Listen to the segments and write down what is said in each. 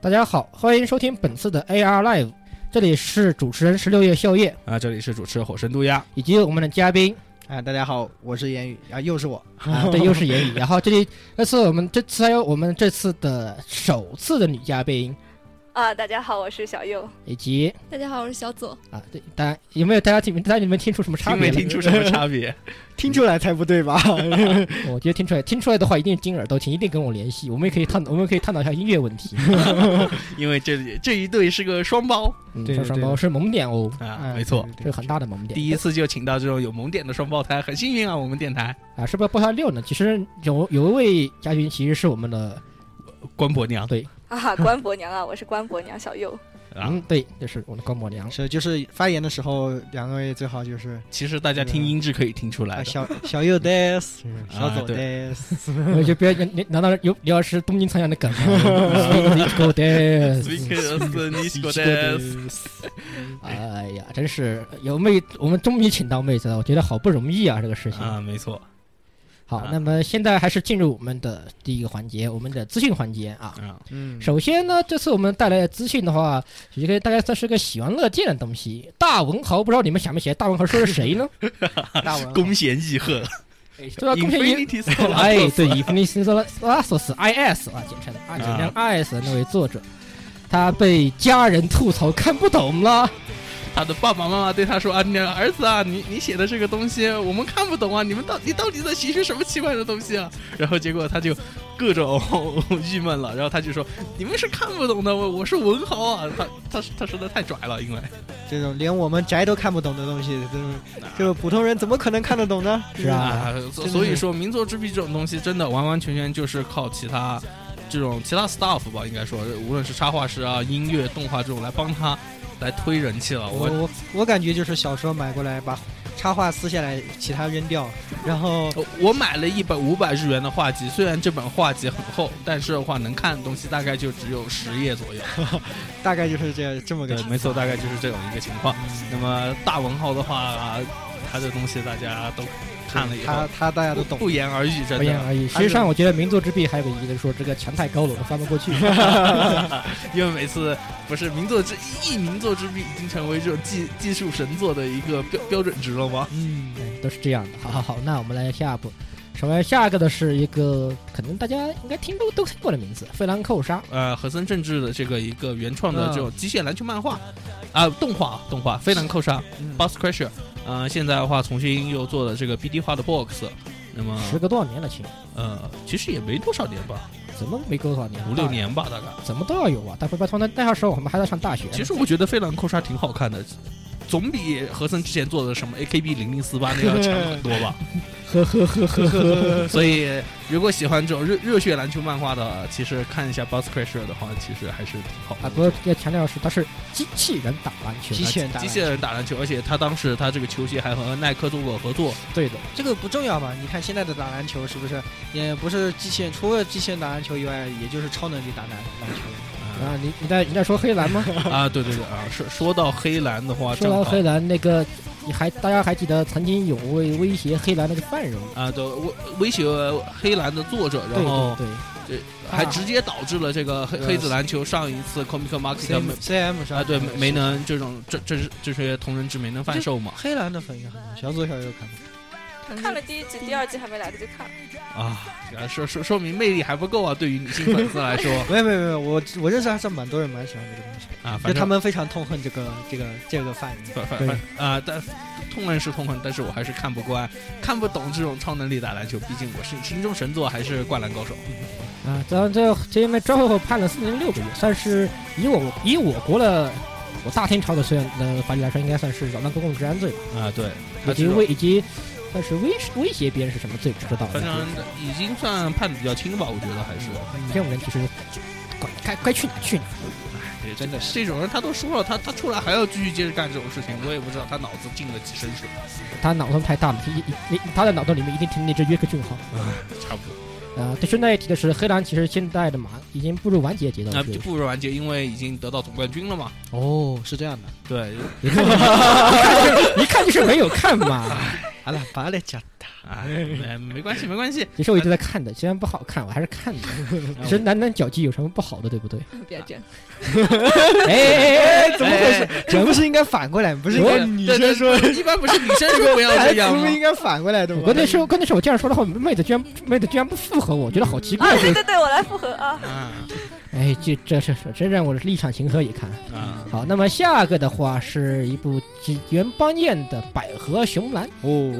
大家好，欢迎收听本次的 AR Live，这里是主持人十六叶笑叶啊，这里是主持火神渡鸦，以及我们的嘉宾啊，大家好，我是言语啊，又是我啊， 对，又是言语。然后这里这次我们这次还有我们这次的首次的女嘉宾，啊，大家好，我是小右。以及大家好，我是小左。啊，对，大家有没有大家听大家有没有听出什么差听别没了？听出什么差别？听出来才不对吧？我觉得听出来，听出来的话一定金耳朵，请一定跟我联系，我们也可以探，我们可以探讨一下音乐问 题。因为这里这一对是个双胞嗯，对这对双胞是萌点哦，哎啊，没错，，是很大的萌点。第一次就请到这种有萌点的双胞胎，很幸运啊，我们电台啊，是不是播下六呢？其实有有一位嘉宾其实是我们的，关伯娘啊，关伯娘啊， 我是关伯娘小右。啊嗯，。对，就是我们的高默娘。是就是发言的时候，两位最好就是其实大家听音质可以听出来啊，的，小小右 des，小啊左对 des，我就不要，你难道有李老师东京苍阳的梗吗？Go dance！哎呀，真是有妹，我们终于请到妹子了，我觉得好不容易啊，这个事情。啊，没错好啊，那么现在还是进入我们的第一个环节，我们的资讯环节啊。啊，嗯，首先呢，这次我们带来的资讯的话，也可以大概算是个喜闻乐见的东西。大文豪，不知道你们想没想，大文豪说的是谁呢？大文弓弦易壑说到贡献一，Infinity Solar，哎，对，伊芙妮辛索拉拉索斯 （IS） 啊，简称啊，简称啊 IS 的那位作者，他被家人吐槽看不懂了。他的爸爸妈妈对他说啊，你儿子啊，你你写的这个东西我们看不懂啊，你们到你到底在写些什么奇怪的东西啊？然后结果他就各种 郁闷了，然后他就说你们是看不懂的，我我是文豪啊，他他他说的太拽了，因为这种连我们宅都看不懂的东西，这种就是普通人怎么可能看得懂呢？是啊啊， 所所以说名作之壁这种东西真的完完全全就是靠其他。这种其他 staff 吧，应该说，无论是插画师啊、音乐、动画这种来帮他来推人气了。我我我我感觉就是小说买过来把插画撕下来，其他扔掉，然后呃我买了一本五百日元的画集，虽然这本画集很厚，但是的话能看的东西大概就只有十页左右。大概就是这样这么个对，情没错，大概就是这种一个情况。那么大文豪的话，他的东西大家都看了以后他，他大家都不懂，不言而喻，真不言的，而哎喻。实际上，我觉得名作之壁还有个疑的说，这个墙太高了，我翻不过 去。 因为每次不是名作之一名作之壁已经成为这种技技术神作的一个标标准值了吗？嗯，哎对，都是这样的。好好好，那我们来下一步。首先，下一个的是一个可能大家应该听都都听过的名字——费兰扣杀。呃，和森正治的这个一个原创的嗯这种机械篮球漫画，啊、动画动画《飞篮扣杀》嗯 Boss Crusher，呃，现在的话重新又做了这个 BD 画的 Box，那么时隔多少年了，亲？呃，其实也没多少年吧，怎么没隔多少年？五六，年吧大概。怎么都要有啊！但不拜托，那那时候我们还在上大学呢。其实我觉得《飞篮扣杀》挺好看的，总比和森之前做的什么 AKB 零零四八那要强很多 吧。呵呵呵呵呵。所以如果喜欢这种热热血篮球漫画的，其实看一下 Boss Crusher 的话，其实还是挺好看啊，的。不过要强调的是，他是机器人打篮球，机器人打机篮械球人打篮球，而且他当时他这个球鞋还和耐克做过合作，对的。这个不重要嘛？你看现在的打篮球是不是也不是机器人？除了机器人打篮球以外，也就是超能力打篮篮球。啊，你你在你在说黑篮 吗？呃啊，对对对啊，说说到黑篮的话，说正到好黑篮，那个你还大家还记得曾经有位威胁黑篮那个犯人，啊，对威威胁黑篮的作者，对然后对对，还直接导致了这个黑对黑子篮球上一次 Comic Market 没 C M 是吧？啊，对没没。能这种这这这些同人志没能贩售嘛黑蓝的粉也很多，小左小右看过。嗯看了第一集，第二集还没来得及看。啊，啊说说说明魅力还不够啊，对于女性粉丝来说没有没有没有，我我认识还是蛮多人蛮喜欢这个东西，啊，就反他正们非常痛恨这个这个这个犯人。反反反啊，但痛恨是痛恨，但是我还是看不惯，看不懂这种超能力打篮球，毕竟我是心中神作还是灌篮高手。啊，然后这这因为抓后判了四年六个月，算是以我以我国的我大清朝的虽然的法律来说，应该算是扰乱公共治安罪吧，啊，对，以及威以及算是威威胁别人是什么罪，不知道。反正已经算判的比较轻吧，我觉得还是。这种人其实管该该去哪去哪。哎，真的是这种人，他都说了，他他出来还要继续接着干这种事情，我也不知道他脑子进了几升水。他脑洞太大了，一一一他的脑洞里面一定停了一只约克郡号。差不多，呃，对，顺带一提的是，黑狼其实现在的马已经步入完结阶段那了。就不如完结，因为已经得到总冠军了嘛。哦，是这样的。对， 一看就是没有看嘛。好了，把来讲。哎，没没关系，没关系。其实我一直在看的，虽然不好看，我还是看 的。其实男男脚技有什么不好的，对不对？ 不要这样，哎 哎哎哎，怎么回事？人不是应该反过来，不是应该女生说，对对一般不是女生说不要台这词样不吗是？应该反过来的吗？关键是关键是我这样说的话，妹子居然妹子居然不附和我，我觉得好奇 啊，怪。 对对对，我来复合啊。啊哎，这这这这让我立场情何以堪？啊，好，那么下个的话是一部吉原邦彦的《百合雄兰》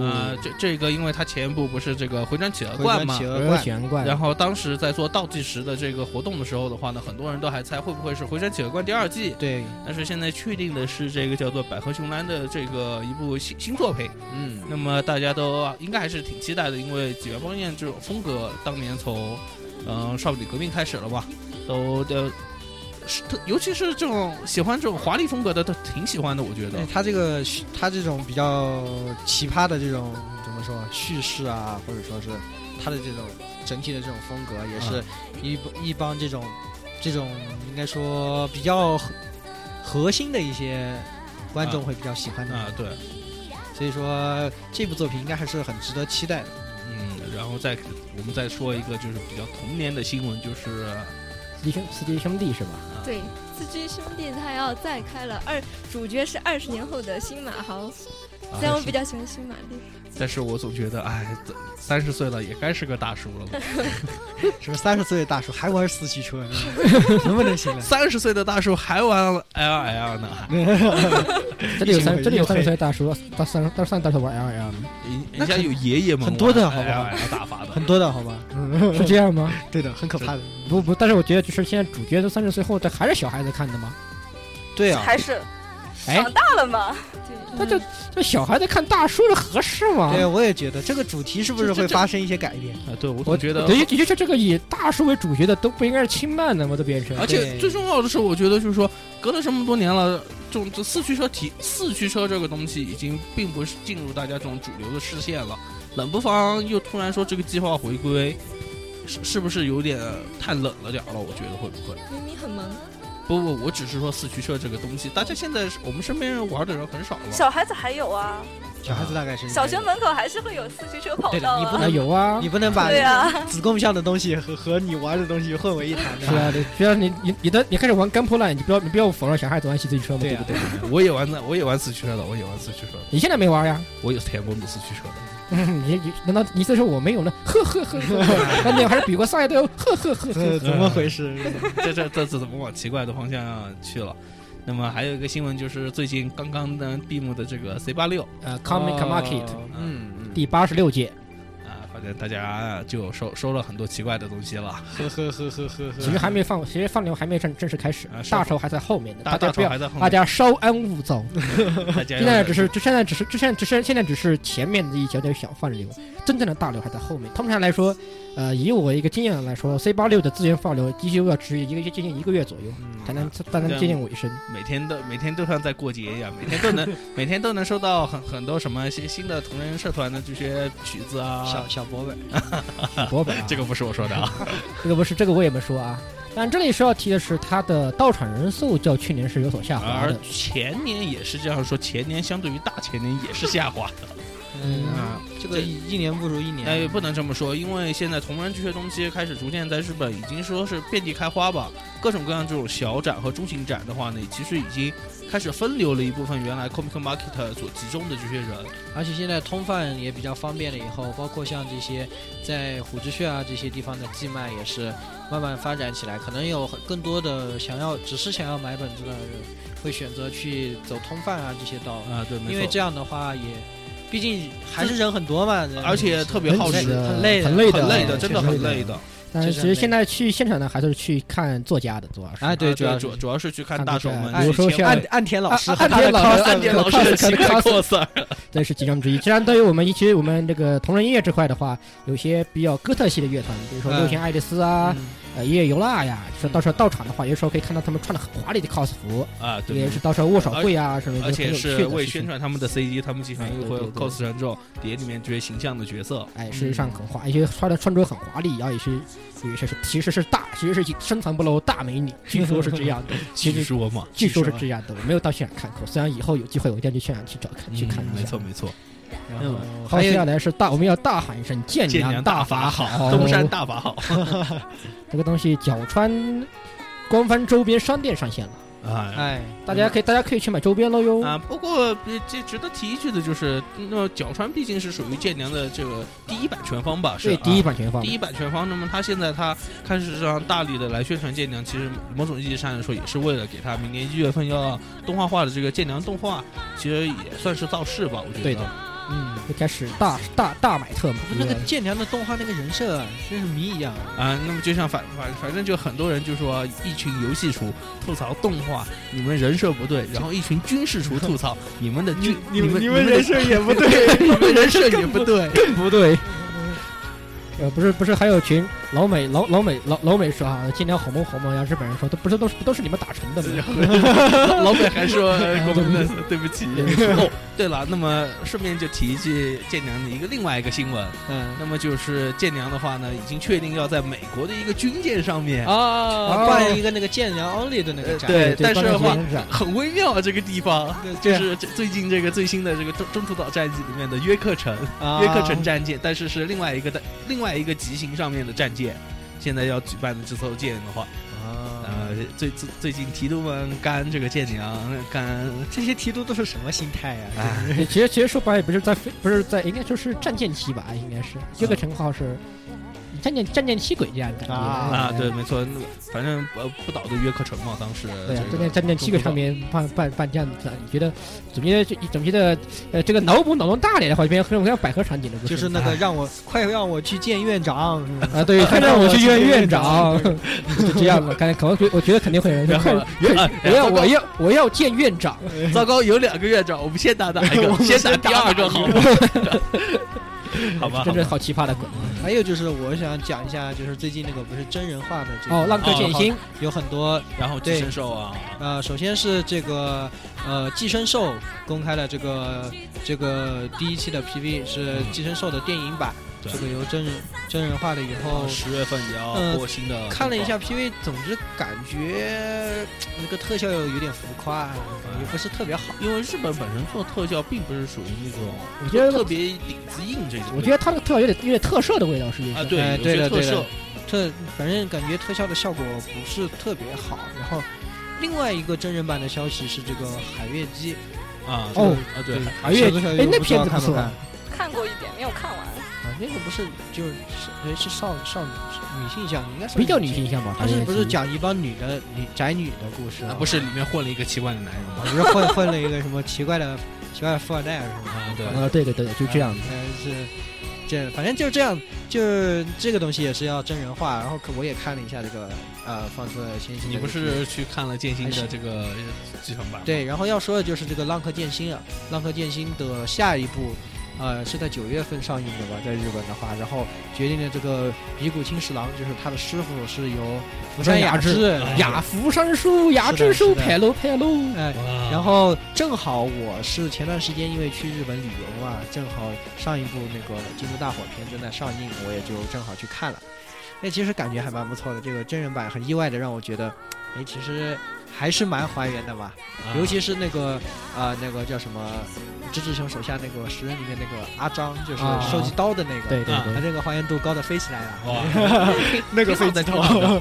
呃，这这个，因为他前一部不是这个回转企鹅回罐转嘛企，鹅百合冠，玄冠，然后当时在做倒计时的这个活动的时候的话呢，很多人都还猜会不会是回转企鹅罐第二季，对，但是现在确定的是这个叫做《百合雄兰》的这个一部新新作品。嗯，那么大家都啊应该还是挺期待的，因为几元方面这种风格，当年从嗯、呃少女革命开始了吧，都的。是特，尤其是这种喜欢这种华丽风格的，都挺喜欢的。我觉得对哎他这个他这种比较奇葩的这种怎么说叙事啊，或者说是他的这种整体的这种风格，也是一帮、一帮这种这种应该说比较核核心的一些观众会比较喜欢的，啊、对，所以说这部作品应该还是很值得期待的。 嗯，然后再我们再说一个就是比较童年的新闻，就是啊四兄四弟兄弟是吧？对，四驱兄弟他要再开了二，主角是二十年后的新马豪，啊虽然我比较喜欢新玛丽，但是我总觉得，哎，三十岁了也该是个大叔了 吧？是不是三十岁的大叔还玩四驱 车，能不能行了？三十岁的大叔还玩 LL 呢？这里有一群三黑这里有一群三黑十岁大叔，到三十到三十大叔玩啊哎 L L 呢，人人家有爷爷们很多的玩好不好 LL 打发的，很多的好吧？嗯是这样吗？对的，很可怕的。不不，但是我觉得就是现在主角都三十岁后，这还是小孩子看的吗？对啊，还是哎长，大了嘛？对，那就这小孩子看大叔这合适吗？对，啊我也觉得这个主题是不是这这会发生一些改变？啊，对我我总觉得的，确的确，这个以大叔为主角的都不应该是轻慢的吗？都变成而且最重要的是，我觉得就是说，隔了这么多年了，这种这四驱车提四驱车这个东西已经并不是进入大家这种主流的视线了，冷不防又突然说这个计划回归，是是不是有点太冷了点儿了？我觉得会不会？明明很萌，不不，我只是说四驱车这个东西，大家现在是我们身边人玩的人很少了。小孩子还有啊，小孩子大概是小学门口还是会有四驱车跑嗯对的道你不啊啊。有啊你，不能把对啊，子贡像的东西和和你玩的东西混为一谈的。是啊，，你虽然你你你的你开始玩干破烂，你不要你不要否认小孩子玩骑自行车嘛，对对啊不对？ 我也玩的，我也玩四驱车的，我也玩四驱车的，你现在没玩呀？嗯我有田过四驱车的。你你难道你再说我没有呢？呵呵呵 呵，那你还是比过上一代哦，呵呵呵呵。 呃，怎么回事？ 这这这次怎么往奇怪的方向去了？那么还有一个新闻就是最近刚刚呢闭幕的这个 C 八六。呃，Comic 哦 Market 嗯，第八十六届，啊，反正大家就收收了很多奇怪的东西了。呵呵呵呵呵其呵实。还没放，其实放流还没正正式开始啊，是大仇还在后面呢，大大大家不头要还在后大面，家稍安勿躁。大家现在只是，这现在只是，这现在只是，现在只是前面的一小点小放流，嗯真正的大流还在后面。通常来说，呃，以我一个经验来说，C 八六的资源放流几乎要持续一个接近一个月左右，嗯才啊能才能接近尾声。每天都每天都像在过节一样，每天都能每天都能收到很很多什么新新的同人社团的这些曲子啊，小。小博本，博本、啊这个不是我说的啊，这个不是这个我也没说啊。但这里是要提的是，它的到场人数较去年是有所下滑而的。前年也是这样说，前年相对于大前年也是下滑的。嗯，啊，这个一一年不如一年。那也哎不能这么说，因为现在同人这些东西开始逐渐在日本已经说是遍地开花吧，各种各样这种小展和中型展的话呢，其实已经开始分流了一部分原来 Comic Market 所集中的这些人。而啊且现在通贩也比较方便了，以后包括像这些在虎之穴啊这些地方的寄卖也是慢慢发展起来，可能有很更多的想要只是想要买本子的人会选择去走通贩啊这些道，啊，对，没因为这样样的话也，毕竟还是人很多嘛，人而且特别人耗挤时，的很累的很累很累的，的，确真实的很累累。的。但是其实现在去现场呢，还是去看作家的，哎主要是。啊，对，啊主主要主主要是去看看大这手些们，比如去说千像万暗暗田老师啊和他暗田的老师 cos 暗点老师的奇怪 cos，这是其中之一。其实对于我们一些我们这个同人音乐这块的话，有些比较哥特系的乐团，比如说嗯六弦爱丽丝啊、嗯呃夜游啦呀，说嗯到时候到场的话，有时候可以看到他们穿的很华丽的 cos 服，啊，对也，是到时候握手会啊什么的，而且是是为宣。传他们的 CD，他们经常哎又对会对对 cos 成这种碟里面这些形象的角色。哎，事实上很嗯华，一些穿的穿着很华丽，然后也是，也是是其实是大，其实是深藏不露大美 女，据说是这样的，其据实说嘛，据说是这样的，我没有到现场看过，虽然以后有机会我一定要去现场去找看去看一嗯下没哎错。没错。然后好，还接有下来是大，我们要大喊一声“建建良良大法法好”。东山大法好这个东西角川官方周边商店上线了，啊哎，大家可以大家可以去买周边喽哟。啊！不过呃这值得提一句的就是，嗯那角川毕竟是属于建良的这个第一版权方吧，是对，啊第一版权方第。一版权方，那么他现在他开始让大力的来宣传《剑娘》，其实某种意义上来说，也是为了给他明年一月份要动画化的这个《剑娘》动画，其实也算是造势吧，我觉得。对的，嗯，就开始大大大买特买。那嗯个剑娘的动画那个人设真是谜一样。啊，那么就像反反反正就很多人就说一群游戏厨吐槽动画，你们人设不对；然后一群军事厨吐 槽你们的军，你们们的设也不对，对， 你们人设也不 对。更不对。呃，不是不是，还有群老美老老美老老美说啊，今年好萌好萌呀！日本人说，都不是都是不都是你们打成的吗？ 老美还 说呃我们的对不起。哦，对了，那么顺便就提一句剑娘的一个另外一个新闻，嗯那么就是剑娘的话呢，已经确定要在美国的一个军舰上面。啊，办一个那个剑娘 only 的那个呃展，对但是的话观众 群很微妙啊，这个地方，对就是这最近这个最新的这个中中途岛战记里面的约克 城，啊约克城战舰，但是是另外一个的另外一个级型上面的战舰，现在要举办的这艘舰的话，啊，呃，最最最近提督们干这个舰娘干，这些提督都是什么心态呀？哎，对其实其实说白了，也不是在飞，不是在，应该说是战舰期吧，应该是这啊个称号是战舰战舰期轨这样的感觉啊啊，对，，没错，那反正呃不倒的约克城嘛，当时对啊，这战个舰战舰期轨上面办办办这样子，你觉得总觉得就总觉得呃这个脑补脑洞大点的话，变成像百合场景了，不就是是那个让我快让我去见院长，是 吧，啊，对，快让我去院院长就这样吧。感觉可能会，我觉得肯定会有人说，啊然后快原来 我要我要我要见院长。糟糕，有两个院 长，我们先打哪一个我？们先打先第二打哪个一好个了，好 吧，真是好吧好奇葩的梗还有就是我想讲一下，就是最近那个不是真人化的这个哦，浪客剑心有很多然后寄对生兽啊，呃，首先是这个呃寄生兽公开了这个这个第一期的 PV 是寄生兽的电影嗯版，对这个由真人真人化了以哦后。十月份也要呃过新的。看了一下 PV，总之感觉那个特效有点浮夸，也不是特别好。因为日本本身做特效并不是属于那种我觉得特别底子硬这种。我觉得他那个特效有点有点特摄的味道，是不是？啊，哎对，有对些的特对的摄特反正感觉特效的效果不是特别好。然后另外一个真人版的消息是这个海月姬，啊，哦啊，对，海月小猪小哎鱼那不知道片子看不不错看？ 看过一点，没有看完。啊，那个不是就是哎是少少女女性向，应该是比较女。性向吧，但是不是讲讲一帮女的女宅女的故事、啊 不，是里面混了一个奇怪的男人吗？不是混混了一个什么奇怪的奇怪的富二代啊什 么啊，对，啊？对对对，对就的，这样子。嗯，是这反正就是这样，就是这个东西也是要真人化。然后可我也看了一下这个呃放出了新新的你不这个是去看了剑心还的是这个呃剧场版？，对，然后要说的就是这个《浪客剑心》啊，《浪客剑心》的下一部，呃，是在九月份上映的吧，在日本的话，然后决定了这个比谷清十郎，就是他的师傅是由福山雅福治雅，雅哎福山叔，雅致叔，哎是的派喽派喽。哎，哇，然后正好我是前段时间因为去日本旅游嘛，正好上一部那个《京都大火》片正在上映，我也就正好去看了。那其实感觉还蛮不错的，这个真人版很意外的让我觉得，哎，其实还是蛮还原的吧。啊尤其是那个啊、呃那个叫什么，芝志雄手下那个食人里面那个阿张，就是啊收集刀的那个，对对啊他对，这个还原度高的飞起来了，哇， 那挺好的，挺好的，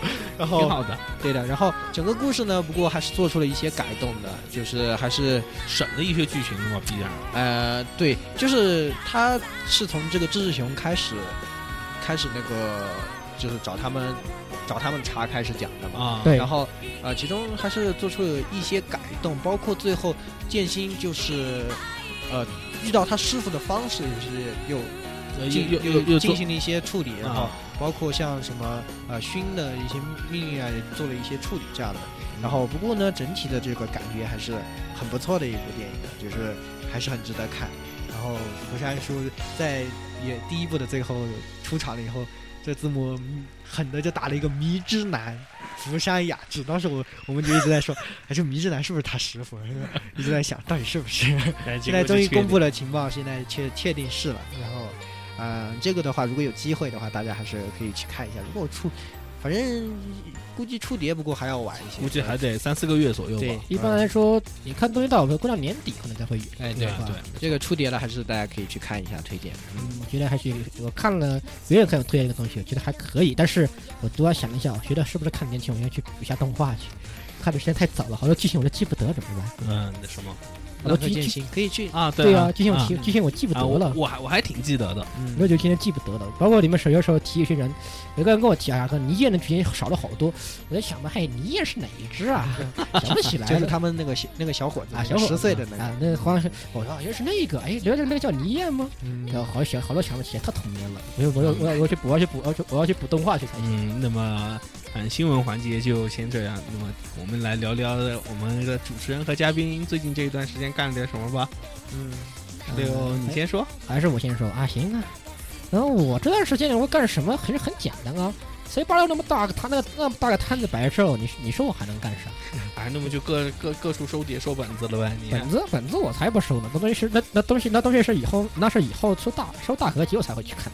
挺然后 好的，对的，然后整个故事呢，不过还是做出了一些改动的，就是还是省了一些剧情嘛，必然。呃，对，就是他是从这个志志雄开始，开始那个就是找他们找他们茬开始讲的嘛，啊，对然后呃，其中还是做出了一些改动，包括最后剑心就是呃遇到他师傅的方式也是又呃进又又又又做进行了一些处理，然后啊，包括像什么呃熏的一些命运啊也做了一些处理这样的。然后不过呢，整体的这个感觉还是很不错的一部电影，就是还是很值得看。然后福山叔在也第一部的最后出场了以后，这字幕狠的就打了一个迷之男。 福山雅治，当时我我们就一直在说，还是迷之男是不是他师傅？ 一直在想到底是不是。哎现在终于公布了情报，现在确确定呃是了。然后，嗯、这个的话，如果有机会的话，大家还是可以去看一下。如果出反正估计触碟不过还要晚一些，估计还得三四个月左右对吧。，一般来说，你看《东京大我们过到年底可能才会有。哎对对对吧啊对，这个触碟了，还是大家可以去看一下，推荐。嗯，我觉得还是有我看了别人给我推荐一个东西，我觉得还可以，但是我主要想了一下，我觉得是不是看年前我应该去补一下动画去，看的时间太早了，好多剧情我都记不得，怎么办？嗯，那什么我浪记客剑记心可以去，啊？对啊，剧情我啊记剧情我记不啊得了。我我还我还挺记得的，嗯我就今天记不得了，包括你们有时候提有些人，有个人跟我提啊，说泥叶的剧情少了好多，我在想吧，嘿，泥叶是哪一只啊？ 想不起来 就了。是他们那个小那个小伙子啊，小伙子十岁的那个，啊，那好像是我说好像是那个，哎，留下那个叫泥燕吗？嗯然后好想好多想不起来，太童年了。嗯我要我要我要我要去补，我要去补，我要去我要去补动画去才行。嗯，那么嗯，新闻环节就先这样。那么我们来聊聊我们的主持人和嘉宾最近这一段时间干了点什么吧。嗯，对哦，嗯你先说。还是我先说啊，行啊。然后我这段时间我干什么，其实很简单啊。谁八六那么大个摊，那个那么大个摊子摆着之后，你你说我还能干啥？哎，那么就各各各处收碟收本子了呗，你本子本子我才不收呢，那东西是那那东西那东西是以后那是以后出大收大合集我才会去看的。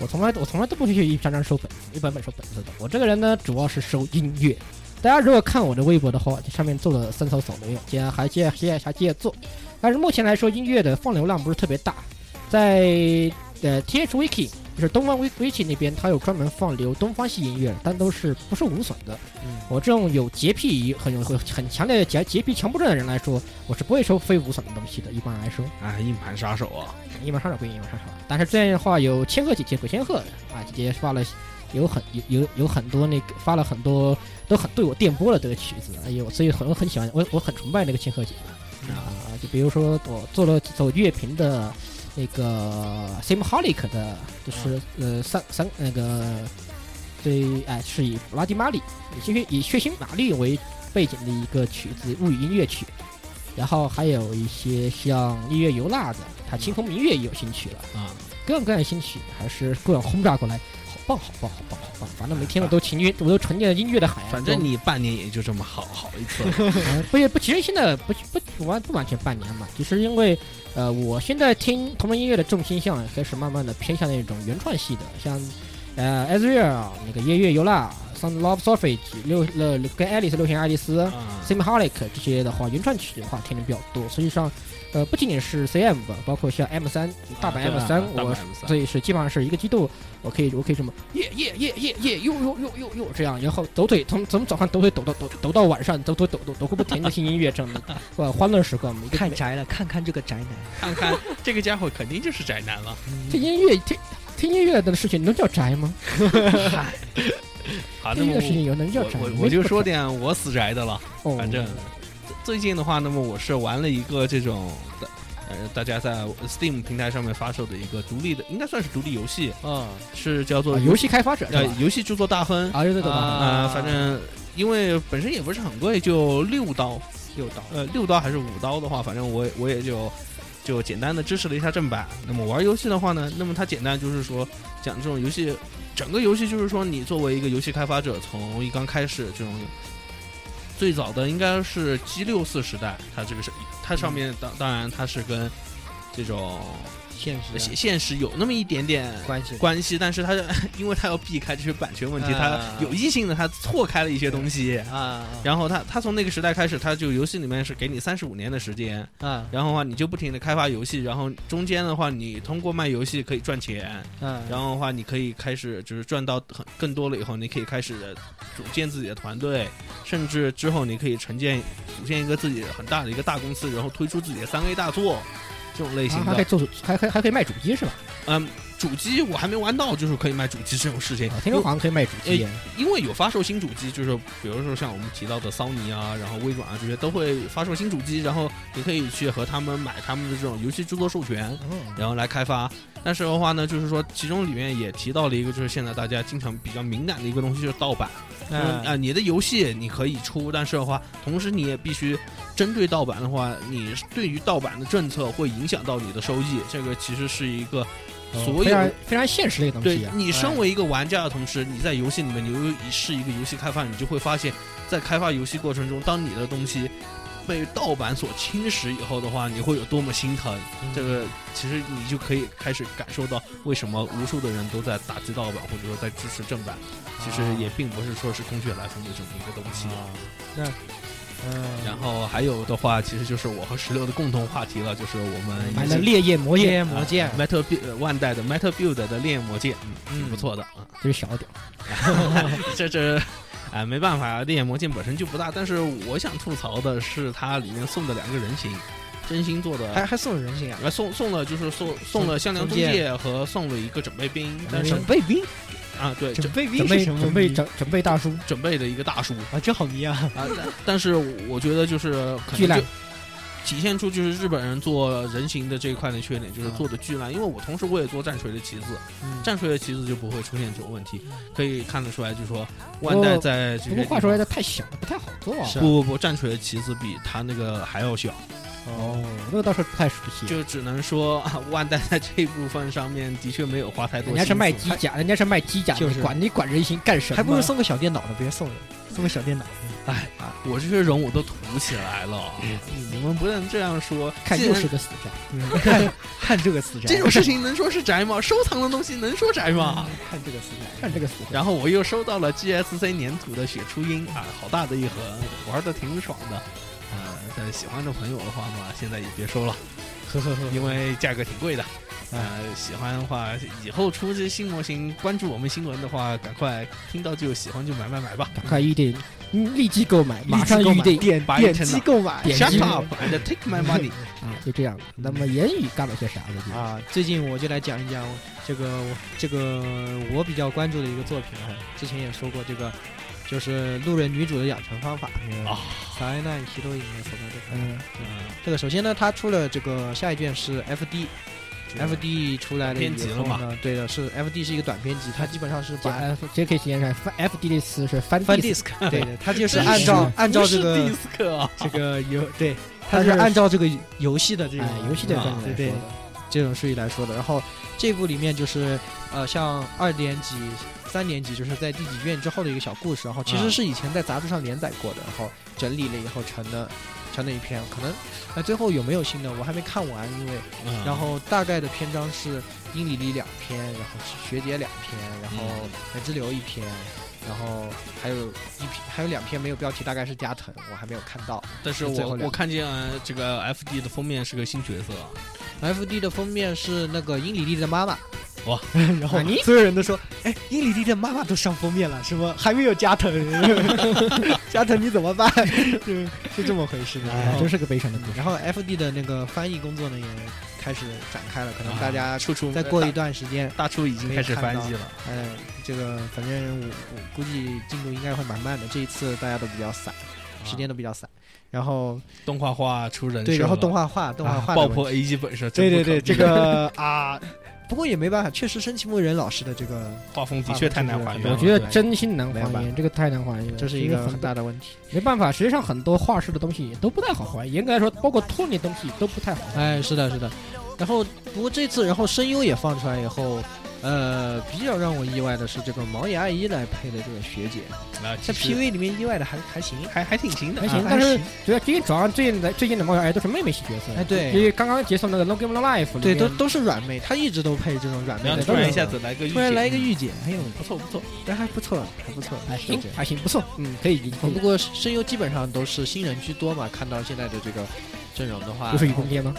我从来我从来都不去一张张收本，一本本收本子的。我这个人呢，主要是收音乐。大家如果看我的微博的话，这上面做了三条扫描，接还接接还接着做。但是目前来说，音乐的放流量不是特别大，在呃 T H Wiki 就是东方 Wiki Wiki 那边，它有专门放流东方系音乐，但都是不是无损的。我这种有洁癖很有很强烈的洁洁癖强迫症的人来说，我是不会收非无损的东西的。一般来说，哎，硬盘杀手啊，一般上手归一般上手，啊但是这样的话，有千鹤姐姐鬼千鹤啊，姐姐发了有很有有有很多那个发了很多都很对我电波了这个曲子，哎呦，所以很我很喜欢我我很崇拜那个千鹤姐姐啊，就比如说我做了几首乐评的。那个 Simholic 的，就是呃三三那个对，哎，是以布拉迪马里以血以血腥玛丽为背景的一个曲子物语音乐曲，然后还有一些像音乐游蜡的，他清风明月也有新曲了，啊，各种各样的新曲还是各种轰炸过来，好棒好棒好棒好棒，反正每天我都沉浸，我都沉浸在音乐的海洋中。反正你半年也就这么好好一次了。 嗯不也不，其实现在不不不完不完全半年嘛，只是因为呃，我现在听同门音乐的重心向开始慢慢的偏向那种原创系的，像呃 a z r e l 那个夜月游蜡、Sound Love Surface 六呃跟 Alice 六弦爱丽丝、啊 s i m h o l i c 这些的话，原创曲的话听的比较多。实际上，呃，不仅仅是 CM 吧，包括像 M 三 大阪 M 三、啊大阪我 M 三所以是基本上是一个季度，我可以我可以这么耶耶耶耶耶哟哟哟哟哟这样，然后抖腿从从早上抖腿抖到抖抖到晚上，抖抖抖抖抖个不停的听音乐，这样的哇欢乐时光。一个太宅了，看看这个宅看男，看这个家伙肯定就是宅男了。嗯听音乐听听音乐的事情能叫宅吗？好，那听音乐么的事情我有能叫宅吗我？没我就不说宅点我死宅的了。哦，反正最近的话，那么我是玩了一个这种的。呃，大家在 Steam 平台上面发售的一个独立的，应该算是独立游戏，嗯，是叫做啊游戏开发者是呃吧？游戏制作大亨啊，对对对啊吧？呃，反正因为本身也不是很贵，就六刀，又到了，呃，六刀还是五刀的话，反正我也我也就就简单的支持了一下正版。那么玩游戏的话呢，那么它简单就是说讲这种游戏，整个游戏就是说你作为一个游戏开发者，从一刚开始这种。最早的应该是 G 六四时代，它这个是它上面当当然它是跟这种现现实现实有那么一点点关系， 关系，但是它因为它要避开这些版权问题，它啊有意性的它错开了一些东西。啊然后它它从那个时代开始，它就游戏里面是给你三十五年的时间，啊然后的话你就不停的开发游戏，然后中间的话你通过卖游戏可以赚钱，啊，然后的话你可以开始就是赚到很更多了以后，你可以开始组建自己的团队，甚至之后你可以承建组建一个自己很大的一个大公司，然后推出自己的三 A 大作这种类型啊还可以的。做，还还还可以卖主机是吧？嗯，主机我还没玩到，就是可以卖主机这种事情啊，听说好像可以卖主机。因为有发售新主机，就是比如说像我们提到的索尼啊，然后微软啊这些都会发售新主机，然后你可以去和他们买他们的这种游戏制作授权，哦然后来开发。但是的话呢，就是说其中里面也提到了一个，就是现在大家经常比较敏感的一个东西，就是盗版。就是嗯啊、啊你的游戏你可以出，但是的话，同时你也必须针对盗版的话，你对于盗版的政策会影响到你的收益。这个其实是一个所哦非有常非常现实的一个东对西啊。你身为一个玩家的同时，你在游戏里面，你又是一个游戏开发，你就会发现，在开发游戏过程中，当你的东西被盗版所侵蚀以后的话，你会有多么心疼？嗯这个其实你就可以开始感受到为什么无数的人都在打击盗版，或者说在支持正版。其实也并不是说是空穴来风的这么一个东西。啊嗯，然后还有的话，其实就是我和石榴的共同话题了，就是我们买了《烈焰魔烈焰啊焰》，魔 Metal 剑，Build 呃万代的 Metal Build 的烈焰魔剑，嗯，挺不错的啊。这是小屌， 这这，哎，没办法，烈焰魔剑本身就不大，但是我想吐槽的是它里面送的两个人形，真心做的还还送人性啊，啊，送送了就是送送了香良中介和送了一个准备兵，但是准备兵，啊，对准准备兵准是备什么准备迷准准备大叔，准备的一个大叔啊，啊，这好迷啊，但但是我觉得就是可巨能烂就。体现出就是日本人做人形的这一块的缺点，就是做的巨烂。因为我同时我也做战锤的旗子，战锤的旗子就不会出现这种问题，可以看得出来，就是说万代不过在不这个过地话说方来的太小了，不太好做啊。是哦不不不，战锤的旗子比它那个还要小，哦，那个倒是不太熟悉。就只能说 啊万代在这一部分上面的确没有花太多人心思。家是卖机甲，人家是卖机甲的，就是管你管人形干什么？还不如送个小电脑呢，别送人，送个小电脑，哎，我这些人我都吐不起来了，你们不能这样说。嗯看既又然是个死宅。看看这个死宅，这种事情嗯能说是宅吗？收藏的东西能说宅吗？嗯看这个死宅，看这个死宅，然后我又收到了 GSC 粘土的雪初音啊，好大的一盒，玩的挺爽的。呃，但喜欢的朋友的话嘛，现在也别收了，呵呵呵，因为价格挺贵的。呃，喜欢的话，以后出这新模型，关注我们新闻的话，赶快听到就喜欢就买买买吧。赶快预定，嗯立即购买，马上立即购预买定点把点电击脑购买，点击 Shut up and take my money 啊，就这样。那么言语干了些啥呢？就是啊，最近我就来讲一讲这个我这个我比较关注的一个作品啊，之前也说过这个，就是路人女主的养成方法。啊，灾难ヒロインのそばで嗯，嗯，这个首先呢，它出了这个下一卷是 FD，FD 短出来了以篇集了后嘛呢，对的，是 FD 是一个短篇集，它基本上是把把 F 这可以体验上翻 F D 的词是翻翻 disk disk，对的，它 就是真按照是按照这不个是 disk 啊，这个游对，它它是是按照这个游戏的这种哎游戏的啊翻译来对对说的。这种顺序来说的。然后这部里面就是呃，像二年级、三年级，就是在第几卷之后的一个小故事。然后其啊实是以前在杂志上连载过的，然后整理了以后成的成的一篇。可能呃最后有没有新的我还没看完，因为嗯然后大概的篇章是英里里两篇，然后学姐两篇，然后嗯来之流一篇。然后还有一篇，还有两篇没有标题，大概是加藤，我还没有看到。但是最我后两我看见呃这个 FD 的封面是个新角色啊， F D 的封面是那个英里丽的妈妈，哇！ 然后啊你所有人都说，哎，英里丽的妈妈都上封面了，什么还没有加藤？ 加藤你怎么办？ 就是是这么回事的。然哎，后真是个悲伤的故事。然后 F D 的那个翻译工作呢也开始展开了，可能大啊家处处再过一段时间，大厨已经开始翻译了，啊哎，这个反正我我估计进度应该会蛮慢的。这一次大家都比较散，时间都比较散。然后动画化出人设对，然后了动画化，动画啊化的爆问题破 A 级本身，对对真不可避对，这免个啊，不过也没办法，确实深崎牧人老师的这个画风的确太难还原我了。觉得对真心难没有还办原，这个太难还原了，这是其一实个很很大的问题。没办法，实际上很多画室的东西都不太好还原。严格来说，包括托尼的东西都不太好还哎，是的，是的。然后不过这次，然后声优也放出来以后，呃，比较让我意外的是这个毛野爱一来配的这个学姐，啊，其在实 PV 里面意外的还还行。还还挺行的，原。还行，啊但是行主要因为主要最近的最近的猫小 AI 都是妹妹系角色，哎对因为刚刚结束那个《No Game No Life》里对，面都都是软妹，她一直都配这种软妹然后的。突然一下嗯子来个御姐，突然来一个御姐，哎呦，不错不错，但还不错，还不错，还是行这样还行不错，嗯，可以，可以不过声优基本上都是新人居多嘛，看到现在的这个阵容的话，不是雨宫街吗？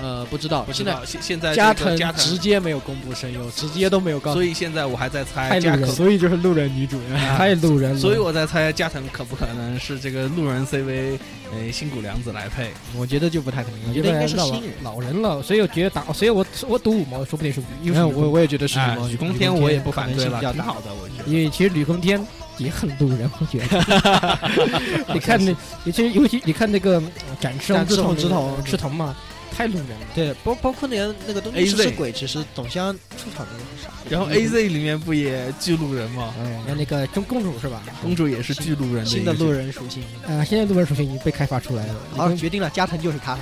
呃，不知道，不知现在道现现在加这个藤加直藤，接没有公布声 优，直接都没有告诉所以现在我还在哎太猜路加人藤以了，所以就是路人女主人。啊太路人了，所以我在猜加藤可不可能是这个路人 CV，呃，新谷良子来配，我觉得就不太可能，我我觉觉得得应该是老新人。老人了，所以我觉得打，所以我我赌五毛，说不定是又是嗯雨宫我我也觉得是啊什么，许宫天我也不反对可能性了，比较挺大。好的，我觉得。因为其实吕空天也很路人，我觉得。 你看那，尤其尤其你看那个呃展翅展红翅红之之瞳那个瞳赤瞳嘛，太路人了。对，包包括连那个东京 AZ 食尸鬼，其实董香出场的也很少。然后 A Z 里面不也巨路人吗？然哎后那个中公主是吧？公主也是巨路人新的的一个路人属性，呃，现在路人属性已经被开发出来了。好，已经决定了，加藤就是 他。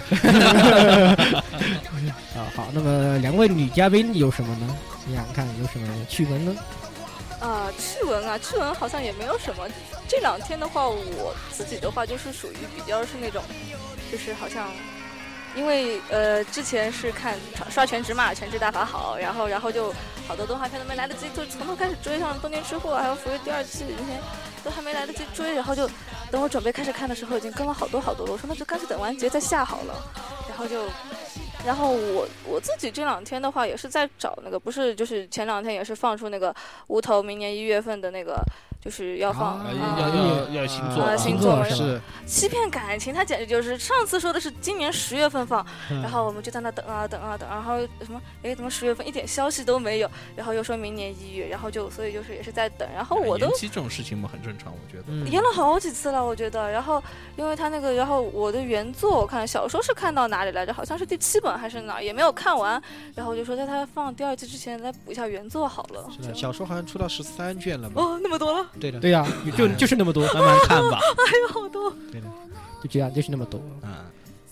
啊，好，那么两位女嘉宾有什么呢？你想看有什么趣闻呢？呃，趣闻啊，趣闻好像也没有什么。这两天的话，我自己的话就是属于比较是那种，就是好像，因为呃之前是看刷刷全职嘛，全职大法好，然后然后就好多动画片都没来得及，就从头开始追上《东京吃货》，啊还有《福瑞》第二季，那些都还没来得及追，然后就等我准备开始看的时候，已经跟了好多好多了。我说那就干脆等完结再下好了，然后就然后我我自己这两天的话也是在找那个，不是就是前两天也是放出那个无头明年一月份的那个，就是要放啊啊啊要要要星座啊啊，星座是吧是欺骗感情，他简直就是上次说的是今年十月份放，嗯然后我们就在那等啊等啊等啊，然后什么哎怎么十月份一点消息都没有，然后又说明年一月，然后就所以就是也是在等，然后哦我都延期这种事情嘛，很正常，我觉得。嗯延了好几次了，我觉得。然后，因为他那个，然后我的原作，我看小说是看到哪里来着？好像是第七本还是哪儿，也没有看完。然后我就说，在他放第二季之前来补一下原作好了。是的，小说好像出到十三卷了吧？哦，那么多了，对的，对呀、就啊就是那么多，慢慢看吧，哎呦，好多。对的，就这样，就是那么多。嗯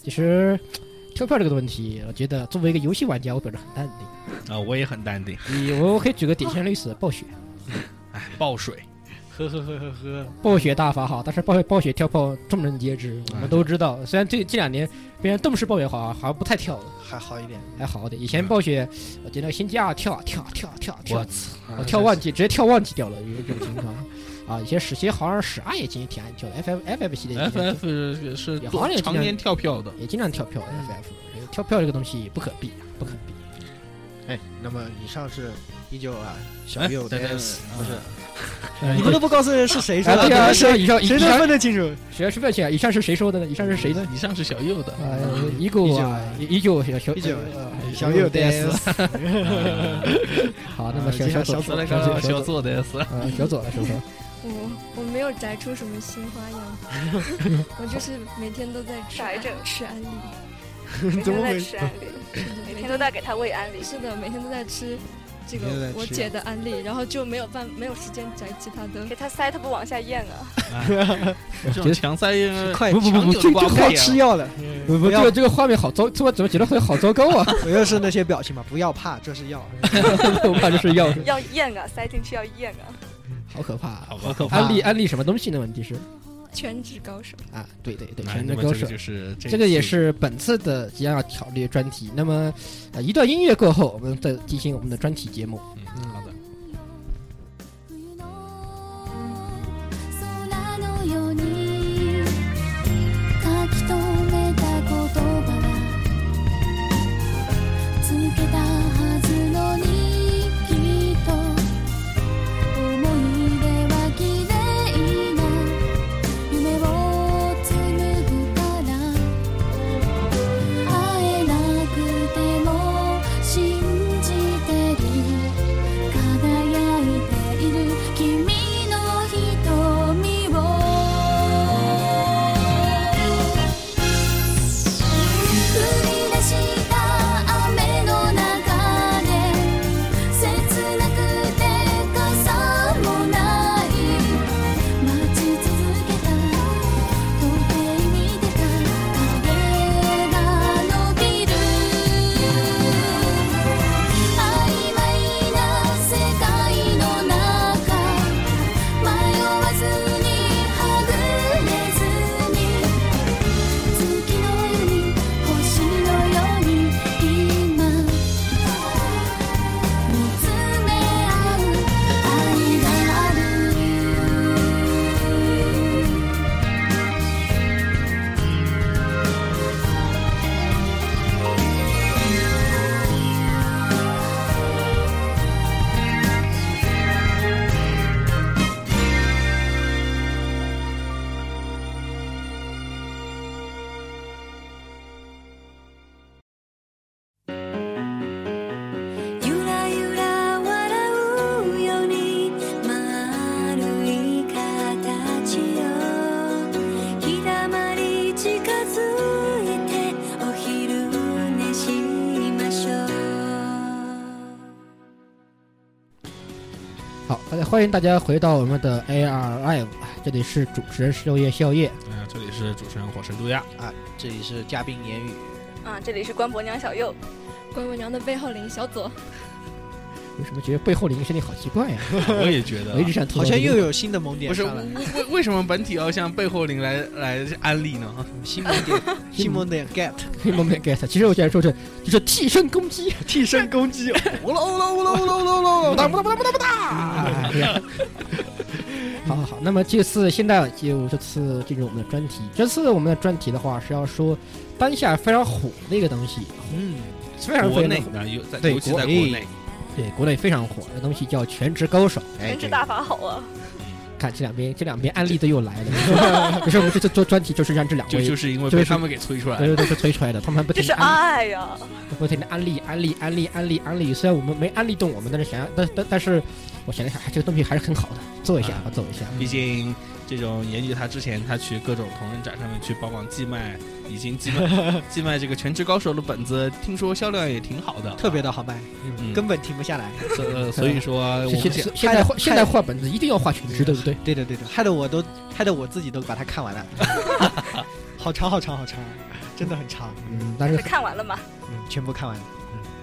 其实跳票这个问题，我觉得作为一个游戏玩家，我表示很淡定。啊，我也很淡定。你我我可以举个典型的例子，暴雪，哎，爆水，呵呵呵呵呵，暴雪大法好，但是暴雪暴雪跳炮众人皆知，哎我们都知道。虽然这这两年别人动视暴雪好，好像不太跳了，还好一点。还好点。以前暴雪，我觉得星期二跳跳跳跳跳，操！我跳忘记，直接跳忘记掉了，有这种情况。啊，以前史些好像史二也经常挺跳的，F F F F 系列也经常 FF 是是也好像有常这样年跳票的，也经常跳票嗯 F F。跳票这个东西不可避，啊不可避。哎，那么以上是依旧啊，小哎右等等的，不是，你你们都不告诉人是谁说哎，的，对哎你啊，们是谁以 上以谁能上分得清楚？谁是不要啊钱？以上是谁说的呢？以上是谁呢？以上是小 右的，嗯呃，依旧啊，依旧小小依旧呃小右的，好，那么小呃小左啊小左左来小看左看小小左，做的是，呃，小左了是不是？我我没有宅出什么新花样， 我就是每天都在吃宅着吃安利，每怎天么都在回吃安利，是的每每天都天在给他喂安利。是的，每天都在吃这每天都个在吃啊我姐的安利，然后就没有办没有时间宅其他的给。他塞，他不往下咽啊！这种强塞呃快不不不强不扭的瓜就不靠一样吃药了， 不不，这个这个画面好糟，怎么怎么觉得好好糟糕啊？ 我又是那些表情嘛，不要怕，这是药。我怕就是要要咽啊，塞进去要咽啊！ 好可怕啊。好吧，可怕。安利安利什么东西呢？问题是全职高手，啊，对对对，哎全那能么高手。这个就是这这个也次是本次的即将要考虑的专题。那么，呃，一段音乐过后，我们再进行我们的专题节目。嗯嗯好的。冬の空のように書き留めた言葉はつけたはずのにきっと思い出は綺麗な夢を紡ぐから会えなくても信じてる輝いている君の瞳を降り出した雨の中で切なくて傘もない待ち続けた時計見てた影が伸びる曖昧な世界の中迷い込んで迷わずにはぐれずに月のように星のように今見つめ合う愛があるゆらゆら笑うように丸い形をひだまり近づいてお昼寝しましょう好，大家欢迎大家回到我们的 AR Live，这啊里是主持人十六夜宵夜。嗯，这里是主持人火神 渡鸦， 这里是嘉宾言语，啊，这里是官婆娘小右，关文娘的背后领小左，为什么觉得背后的一个设定好奇怪呀？啊我也觉得啊我一直想吐槽好像这个又有新的萌点不是上来了，为为为什么本体要向背后灵来来安利呢？新萌点，新萌点 get，黑蒙面 get。其实我现在说这就是替身攻击，替身 攻击，乌啦乌啦乌啦乌啦乌啦乌啦不打不打不打不打不打。哎呀好好好，那么这次现在就这次进入我们的专题。这次我们的专题的话是要说当下非常火的一个东西，嗯，非常国非内常火，啊，尤在对尤其在国国内内，对国内非常火的东西叫《全职高手》。全职大法好啊！看这两边，这两边案例都又来 了。可是我们这次做专题就是让这两就位，就是因为就被是他们给催出来对了。对对，是推出来的。他们还不这停是地安利，爱啊呀！不停的安利，安利，安利，安利，安利。虽然我们没安利动我们，但是想要，但但但是，我想了想，哎这个东西还是很好的，做一下啊吧，做一下。毕竟这种严局他之前他去各种同人展上面去帮忙寄卖，已经寄 卖寄卖这个《全职高手》的本子，听说销量也挺好的，特别的嗯好卖，嗯根本停不下来。所呃所以说我现们现想现在画现在画本子一定要画全职，对不对？对的对的，害得我都害得我自己都把它看完了，好长好长好长，真的很长，嗯，但是这看完了吗？嗯，全部看完了，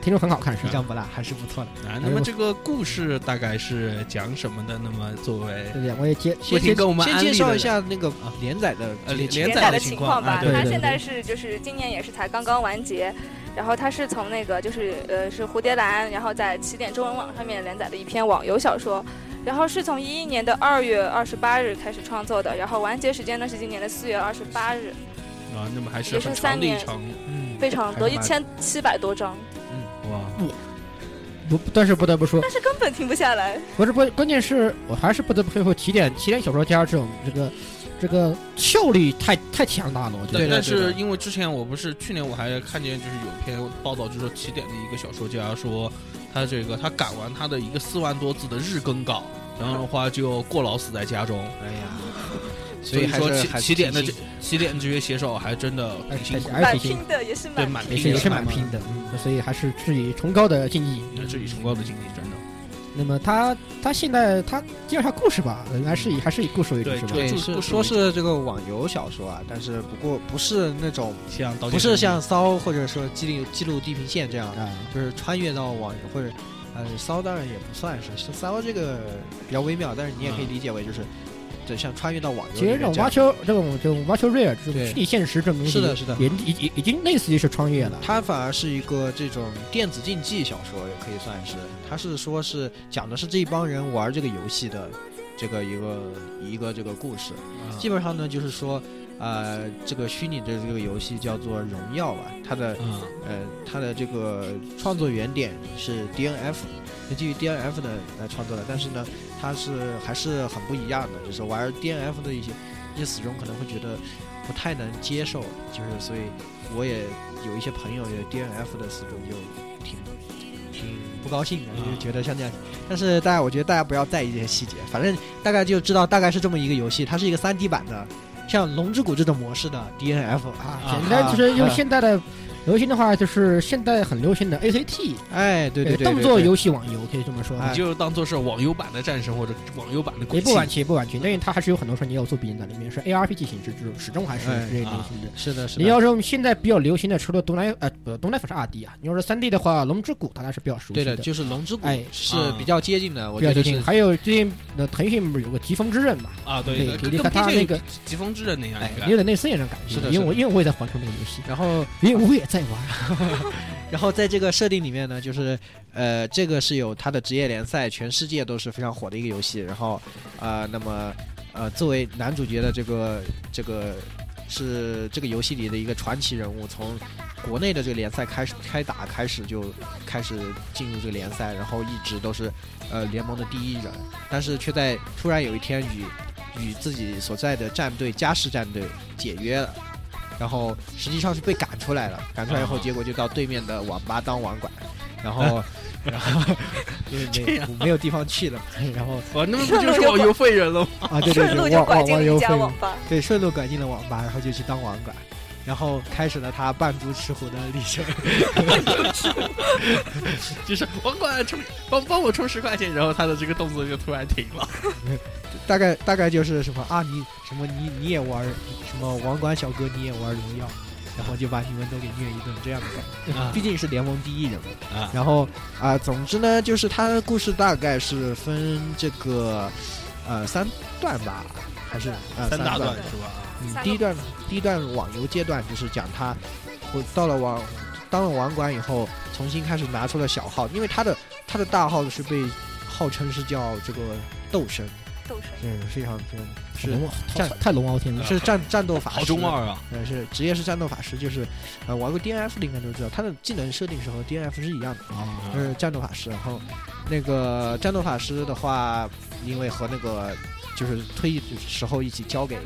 听说很好看，是一吧？张不落，还是不错的。啊，那么这个故事大概是讲什么的？那么作为对两位接不先停先跟我们先安利介绍的一下那个啊连载的呃连连载载的的情情况况吧啊，对它对现在对是就是今年也是才刚刚完结，然后它是从那个就是呃是蝴蝶兰，然后在起点中文网上面连载的一篇网游小说，然后是从一一年的二月二十八日开始创作的，然后完结时间呢是今年的四月二十八日，啊，那么还是也是很三长的一年场嗯嗯，非常多，还是一蛮千七百多章，哇，不，但是不得不说，但是根本停不下来。不是关关键是我还是不得不佩服起点起点小说家这种这个这个效率太太强大了，我觉得。但对的但对是的因为之前我不是去年我还看见就是有一篇报道，就说起点的一个小说家说，他这个他赶完他的一个四万多字的日更稿，然后的话就过劳死在家中。哎呀，所以还说是起还是起点的挺这起点这些写手还真的哎很辛苦哎，而蛮且是拼的也是对，蛮蛮也拼是也的，是蛮拼的，嗯，所以还是致以崇高的敬意。那嗯这里崇高的经历真的。那么他他现在他介绍下故事吧，呃还是以还是以故事为主对是吧？对对，就是就是说是这个网游小说啊，但是不过不是那种，像刀剑不是神域像骚或者说记录记录地平线这样，啊，就是穿越到网游或者，呃，骚当然也不算是骚这个比较微妙，但是你也可以理解为就是，对，像穿越到网游其里实面这种这样 virtual 这种这种 virtual real 这种对虚拟现实这种东西，是的是的也已已已经类似于是穿越了。它反而是一个这种电子竞技小说，也可以算是。它是说是讲的是这一帮人玩这个游戏的这个一个一个这个故事。啊基本上呢，就是说，呃，这个虚拟的这个游戏叫做《荣耀》吧，它的嗯呃它的这个创作原点是 DNF，那基于 DNF 呢来创作的，但是呢，它是还是很不一样的，就是玩 DNF 的一些一些死忠可能会觉得不太能接受，就是所以我也有一些朋友也 DNF 的死忠就挺挺不高兴的，就是觉得像这样，但是大家我觉得大家不要在意这些细节，反正大概就知道大概是这么一个游戏，它是一个 3D 版的。像《龙之谷》这种模式的 DNF 啊，简单就是用啊现在的流行的话，就是现在很流行的 ACT，哎，对对对，对动作对游戏网游可以这么说。哎你就当做是网游版的战神或者网游版的也鬼不泣完全，也不完全，因为它还是有很多是你有作品在里面，是 ARPG 形式，这种始终还是哎这类啊型的。是的，是的。你要说现在比较流行的，除了东来呃不东来粉是二 D 啊，你要是三 D 的话，《龙之谷》大家是比较熟悉对的，就是《龙之谷哎》是啊比较接近的，我比觉较流得是行。还有最近的腾讯不是有个《疾风之刃》嘛？啊，对对，呃比跟利跟他偏那向个于疾风之刃那样哎应，该有点类似那种感觉。是的因为是的我因为我也在玩出那个游戏，然后，因为我也在玩。然后在这个设定里面呢，就是，呃，这个是有它的职业联赛，全世界都是非常火的一个游戏。然后，呃，那么，呃，作为男主角的这个这个是这个游戏里的一个传奇人物，从国内的这个联赛开始开打开始就开始进入这个联赛，然后一直都是呃联盟的第一人，但是却在突然有一天与与自己所在的战队嘉实战队解约了，然后实际上是被赶出来了，赶出来以后，啊结果就到对面的网吧当网管，然 后然后因为没有没有地方去了，哎然后哇，啊那么不 就是网游废人了吗？啊对对顺路 对，就网拐网进网了一游费家用网。吧，对，顺路拐进了网吧，然后就去当网管，然后开始了他扮猪吃虎的历程。 就是网管充帮帮我充十块钱，然后他的这个动作就突然停了。大概大概就是什么啊，你什么你你也玩什么网管小哥，你也玩荣耀，然后就把你们都给虐一顿这样的感觉。啊毕竟是联盟第一人嘛。啊然后啊、总之呢，就是他的故事大概是分这个呃三段吧，还是 呃三大段段是吧？嗯三，个第一段第一段网游阶段就是讲他，我到了网当了网管以后，重新开始拿出了小号，因为他的他的大号是被号称是叫这个斗神，斗神嗯，非常嗯是龙战太太龙傲天了。是战战斗法好师，中二啊！呃是职业是战斗法师，就是呃玩过 D N F 的应该都知道，他的技能设定是和 D N F 是一样的。啊就是战斗法师。然后那个战斗法师的话，因为和那个就是退役的时候一起交给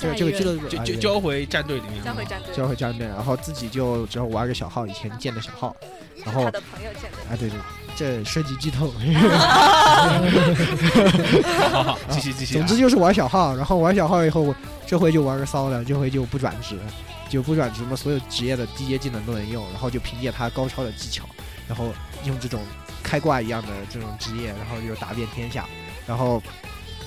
这个下一这个俱任乐部就啊就对交回战队里面将了会战队，交回战队，然后自己就只要玩个小号，以前建的小号，是然后他的朋友建的。啊对对，这涉及剧透。 好好， 继续继续啊。总之就是玩小号，然后玩小号以后，我这回就玩个骚的，这回就不转职，就不转职嘛，所有职业的低阶技能都能用，然后就凭借他高超的技巧，然后用这种开挂一样的这种职业，然后就打遍天下。然后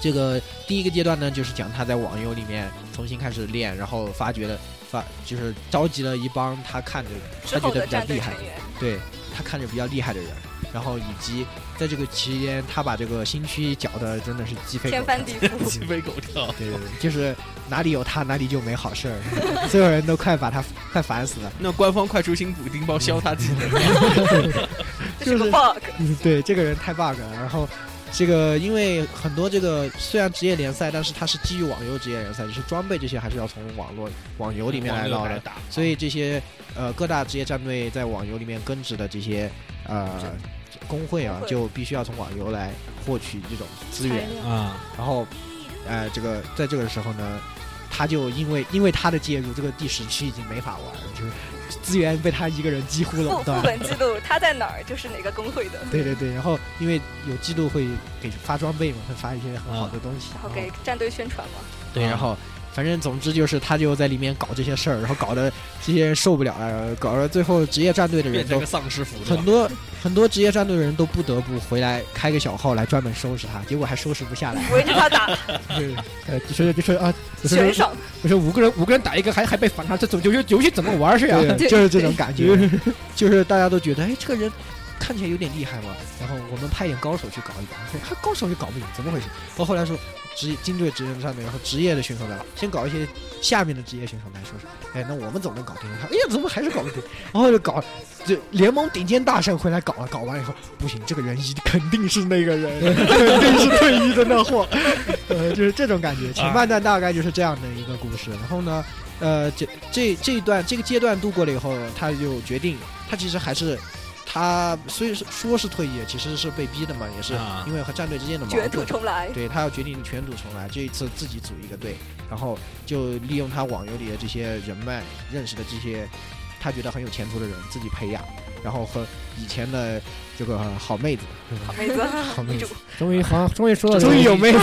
这个第一个阶段呢，就是讲他在网游里面重新开始练，然后发掘了发就是召集了一帮他看着之他后觉得的比较战队厉害成，员，对他看着比较厉害的人，然后以及在这个期间，他把这个新区搅的真的是鸡飞狗天翻 地覆。 鸡飞狗跳，对对对，就是哪里有他，哪里就没好事儿， 所有人都快把他快烦死了。 那官方快出新补丁包削他技嗯能，这就是个 bug，对，这个人太 bug 了。然后这个因为很多这个虽然职业联赛，但是它是基于网游职业联赛，就是装备这些还是要从网络网游里面来捞的。打，所以这些呃各大职业战队在网游里面根植的这些呃工会啊工，会就必须要从网游来获取这种资源。啊，然后，呃，这个在这个时候呢，他就因为因为他的介入，这个第十区已经没法玩了，就是资源被他一个人几乎副垄副断。本记录他在哪儿就是哪个工会的，对对对，然后因为有记录会给发装备嘛，会发一些很好的东西。然后给战队宣传嘛。对，啊然后反正总之就是他就在里面搞这些事儿，然后搞得这些人受不了了，搞得最后职业战队的人变成都个丧尸服很多很多职业战队的人都不得不回来开个小号来专门收拾他，结果还收拾不下来。 围着他 打对呃，就是就是啊，就悬是赏，就是五个人五个人打一个还还被反杀，这怎游游戏怎么玩是呀？对， 对就是这种感觉，就是大家都觉得，哎，这个人看起来有点厉害嘛，然后我们派点高手去搞一搞，他高手也搞不赢，怎么回事？到后来说职业精锐职业上面，然后职业的选手来，先搞一些下面的职业选手来说说，哎，那我们总能搞定他，哎呀，怎么还是搞不定？然后就搞就联盟顶尖大圣回来搞了，搞完以后不行，这个人一肯定是那个人，肯定是退役的那货，呃，就是这种感觉。前半段大概就是这样的一个故事，然后呢，呃，这这这一段这个阶段度过了以后，他就决定，他其实还是。他虽是说是退役，其实是被逼的嘛，也是啊因为和战队之间的矛卷盾土。重来，对他要决定全组重来，这一次自己组一个队，然后就利用他网游里的这些人脉认识的这些他觉得很有前途的人，自己培养，然后和以前的这个好妹子，好妹 子，好妹女子主， 终于好像 终于说到这个终于有妹子，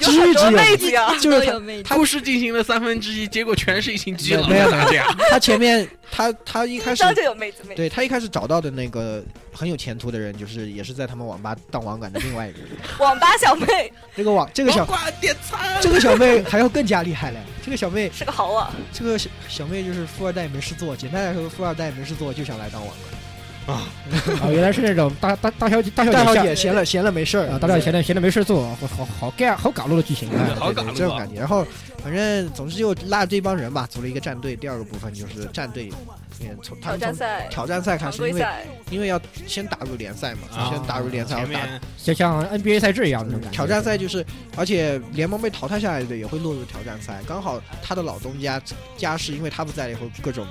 终啊有于有妹子了，很多妹子呀，就是 都他有魅力。故事进行了三分之一，结果全是一群基佬，没有没有这样，他前面他他一开一始张就有妹子妹子。对他一开始找到的那个很有前途的人，就是也是在他们网吧当网管的另外一个人，网吧小妹那个网这个哦小挂点餐这个小妹还要更加厉害嘞，这个小妹是个好啊，这个小小妹就是富二代没事做，简单来说，富二代没事做就想来当网管。啊，原来是那种大大大小姐 大小大姐小下姐闲了闲了没事儿啊，大小姐闲的闲的没事做，好好好盖好搞路的剧情哎啊。好对搞对了这种吧感觉。然后反正总之就拉着这帮人吧，组了一个战队。第二个部分就是战队，嗯，从挑他们战从赛、挑战赛开常始，规因为赛，因为要先打入联赛嘛，先打入联赛，前要打面就像 NBA 赛制一样的那种感觉。挑战赛就是，而且联盟被淘汰下来的也会落入挑战赛。刚好他的老东家家世，因为他不在了以后，各种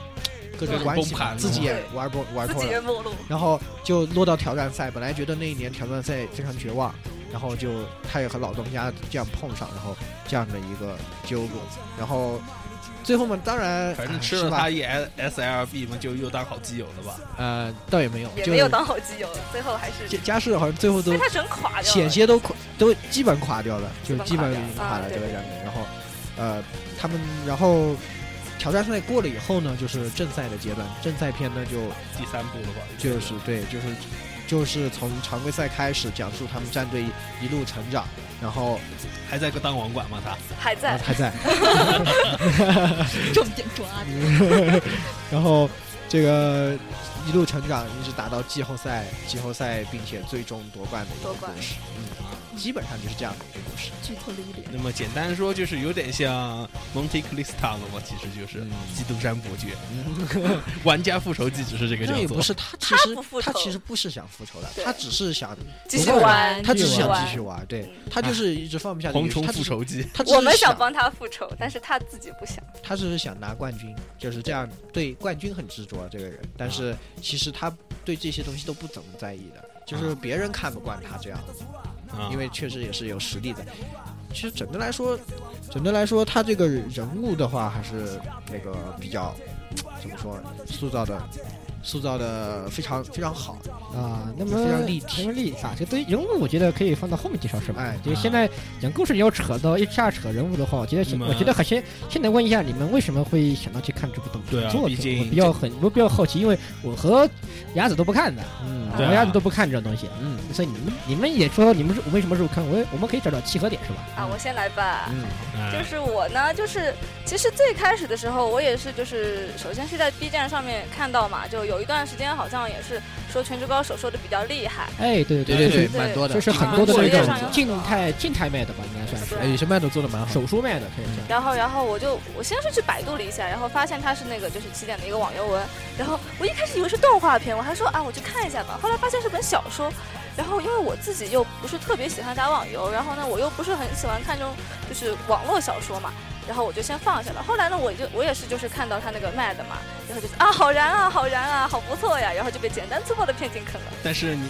各各种种关系崩盘自己也对玩不玩自破己了，人没落，然后就落到挑战赛。本来觉得那一年挑战赛非常绝望，然后就他也和老东家这样碰上，然后这样的一个纠葛，然后最后嘛，当然反哎正吃是了吧他一 S S L B 嘛，就又当好基友了吧？呃，倒也没有，也就没有当好基友，最后还是家家世好像最后都被他整垮掉险了。些都垮，都基本垮掉了，就是基基本本垮掉已经垮了啊这个对战队。然后，呃，他们然后挑战赛过了以后呢，就是正赛的阶段，正赛篇呢就第三部了吧？就是对，就是就是从常规赛开始讲述他们战队一路成长，然后啊还在当网管吗？他还在还在，重点抓的。然后这个一路成长，一直打到季后赛，季后赛并且最终夺冠的一个夺冠故事，嗯，基本上就是这样的一个故事。剧透了一点。那么简单说就是有点像蒙特克里斯塔了嘛，其实就是嗯基督山伯 爵，玩家复仇记只是这个那叫也做不。是他，其实不复他仇其实不是想复仇的，对嗯他只是想继续不会玩，他只是继续想玩继续玩，对嗯他就是一直放不下这个蝗游戏。虫他复只是仇记，他只我们是想帮他复仇，但是他自己不想。他只是想拿冠军，就是这样，对冠军很执着这个人。但啊是其实他对这些东西都不怎么在意的，啊就是别人看不惯他这样，啊因为确实也是有实力的。其实整的来说，整的来说，他这个人物的话还是那个比较怎么说，塑造的塑造的非常非常好。啊，那么非常立体非常立体啊，这对于人物我觉得可以放到后面介绍，是吧？哎就是现在讲故事要扯到一下扯人物的话，我觉得是那么我觉得很先先得问一下你们为什么会想到去看这部动对啊作毕品？竟我比较很我比较好奇，因为我和雅子都不看的，嗯我对啊和雅子都不看这种东西，嗯所以你们你们也说你们是为什么时候看？我也我们可以找找契合点，是吧？啊，我先来吧。嗯哎就是我呢，就是其实最开始的时候，我也是就是首先是在 B 站上面看到嘛，就有一段时间好像也是说《全职高手》说的比较厉害，哎，对对对对对蛮多的，就是很多的网那页上有种静态静态卖的吧，应该算是对哎，有些麦都做的蛮好的。手书卖的，可以这样。然后，然后我就我先是去百度了一下，然后发现它是那个就是起点的一个网游文。然后我一开始以为是动画片，我还说啊我去看一下吧。后来发现是本小说。然后因为我自己又不是特别喜欢打网游，然后呢我又不是很喜欢看这种就是网络小说嘛，然后我就先放下了。后来呢我就我也是就是看到他那个卖的嘛，然后就啊好燃啊好燃啊好不错呀，然后就被简单粗暴的骗进坑了。但是你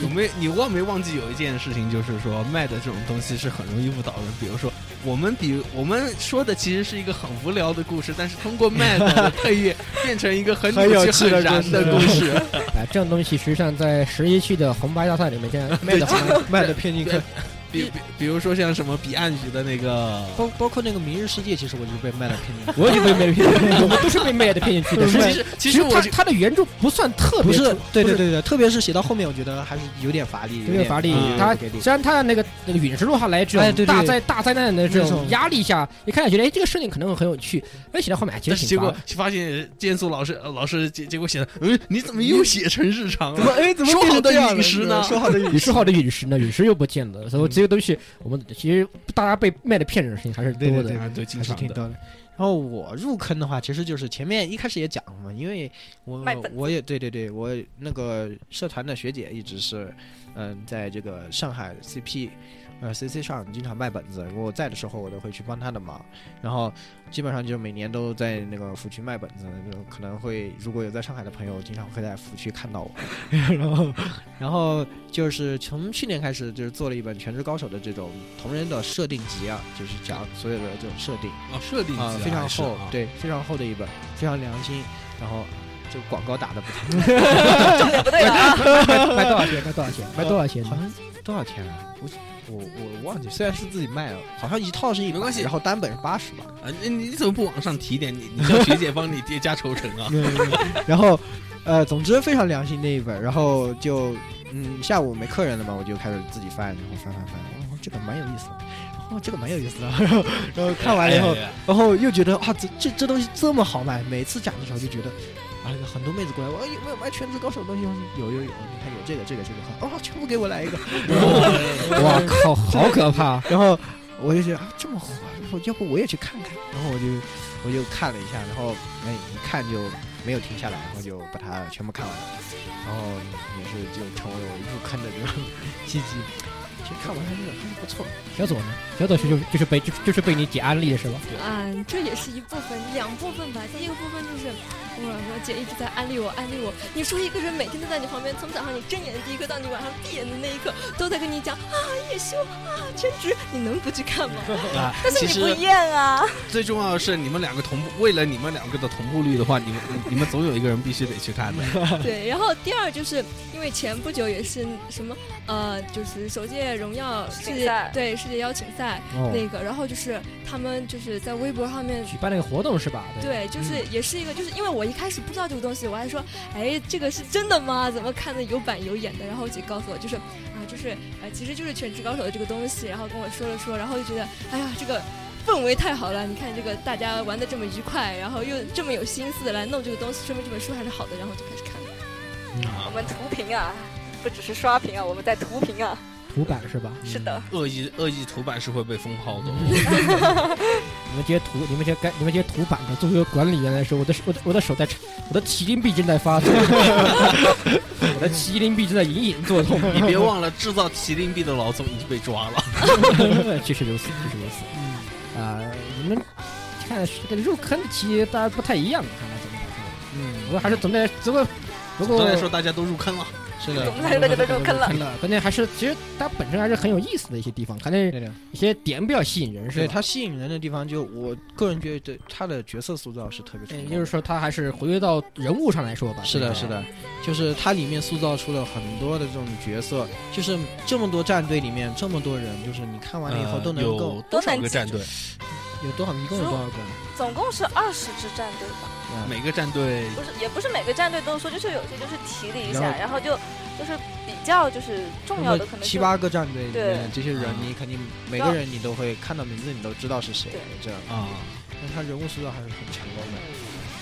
有没有你忘没忘记有一件事情，就是说卖的这种东西是很容易误导人。比如说，我们比我们说的其实是一个很无聊的故事，但是通过卖的配乐变成一个很很有有趣、趣的很燃的故事。哎，这种东西实际上在十一区的红白大赛里面现在卖的很麦的偏进对坑，比比比如说像什么彼岸局的那个，包包括那个《明日世界》，其实我就被麦的偏进坑。我也被卖骗，我们都是被卖的骗进去的。其实际实其实我它它的原著不算特不别出，是，对对不是对对，特别是写到后面，我觉得还是有点乏力，有点乏力嗯。它给力虽然它那个那个陨石落下来这哎对对种大对灾大灾难的这那种种压力下，你看起来哎这个设定可能会很有趣，哎写到后面哎其但实挺是结乏果的。发现剑素老师呃老师结结果写的，嗯，你怎么又写成日常怎么了？哎怎么说变好成的这样了饮食呢说好的饮你食说，好的陨石呢？陨石又不见了，所以这个东西我们其实大家被卖的骗人的事情还是多对对的。对啊对，经 还是常挺的。多的。然后我入坑的话，其实就是前面一开始也讲了嘛，因为我卖本子我也对对对，我那个社团的学姐一直是，嗯，在这个上海 CP，呃 CC 上经常卖本子，我在的时候我都会去帮她的忙，然后基本上就每年都在那个府区卖本子，就可能会如果有在上海的朋友，经常会在府区看到我， 然后然后就是从去年开始就是做了一本《全职高手》的这种同人的设定集啊，就是讲所有的这种设定。啊，设定啊、集非常还是厚啊，对，非常厚的一本，非常良心。然后这个广告打的不错，重点不对了啊！卖多少钱？卖多少钱？卖多少钱？好像多少钱啊？我我我忘记，虽然是自己卖了，好像一套是一百，没关系然后单本是八十吧。啊，你你怎么不往上提点？你你叫学姐帮你叠加抽成啊？然后呃，总之非常良心的一本。然后就嗯，下午没客人了嘛，我就开始自己翻，然后翻翻翻，哦，这个蛮有意思的。哦，这个蛮有意思的，然后然后看完了以后哎，呀呀然后又觉得啊，这这这东西这么好卖，每次讲的时候就觉得，啊，有很多妹子过来，我有没有卖全职高手的东西？我说有有有，你看有这个这个这个，哦，全部给我来一 个。哇靠，好可怕！然后我就觉得啊，这么火，我要不我也去看看。然后我就我就看了一下，然后哎，一看就没有停下来，然后就把它全部看完了。然后也是就成为我入坑的 这种契机。其实看完还是还是不错，小左呢？小左是就是就是被就是就是被你姐安利的是吧？嗯，这也是一部分，两部分吧。第一个部分就是，我我姐一直在安利我，安利我。你说一个人每天都在你旁边，从早上你睁眼的第一刻到你晚上闭眼的那一刻，都在跟你讲啊夜修啊全职，你能不去看吗？啊，但是其你实不厌啊，最重要的是你们两个同步，为了你们两个的同步率的话，你们你你们总有一个人必须得去看的。 对，然后第二就是因为前不久也是什么呃，就是首届荣耀世竞界赛对世界邀请赛、哦那个，然后就是他们就是在微博上面举办那个活动是吧？嗯对，就是也是一个，就是因为我我一开始不知道这个东西，我还说，哎，这个是真的吗？怎么看的有板有眼的？然后我姐告诉我，就是啊，就是呃，其实就是《全职高手》的这个东西，然后跟我说了说，然后就觉得，哎呀，这个氛围太好了！你看这个大家玩的这么愉快，然后又这么有心思的来弄这个东西，说明这本书还是好的，然后就开始看了。我们图评啊，不只是刷屏啊，我们在图评啊。图版是吧？是的，恶意恶意图版是会被封 号的哦。你们这些图，你们这些该，你们这些图版的作为一个管理员来说，我的手我的我的手在颤，我的麒麟臂正在发 作，我的麒麟臂正在隐隐作痛。 你别忘了，制造麒麟臂的老总已经被抓了。确实如此，确实如嗯此。啊、你们看这个入坑的其实大家不太一样，啊看来怎么看？嗯，不过还是总的，只不过不过刚才说大家都入坑了，是我的，们在这个入坑了。真的，关键还是其实它本身还是很有意思的一些地方，关键对的。一些点比较吸引人，是对吧？它吸引人的地方，就我个人觉得它的角色塑造是特别成哎也功就的是说，它还是回归到人物上来说吧。是的，对吧是的，就是它里面塑造出了很多的这种角色，就是这么多战队里面这么多人，就是你看完了以后呃都能够有多少个战队？有多少，一共有多少个？嗯总共是二十支战队吧，每个战队不是也不是每个战队都说，就是有些就是提了一下，然后然后就就是比较就是重要那的么可能就七八个战队里对面这些人嗯，你肯定每个人你都会看到名字，你都知道是谁对。这样，啊，那他人物塑造还是很成功的。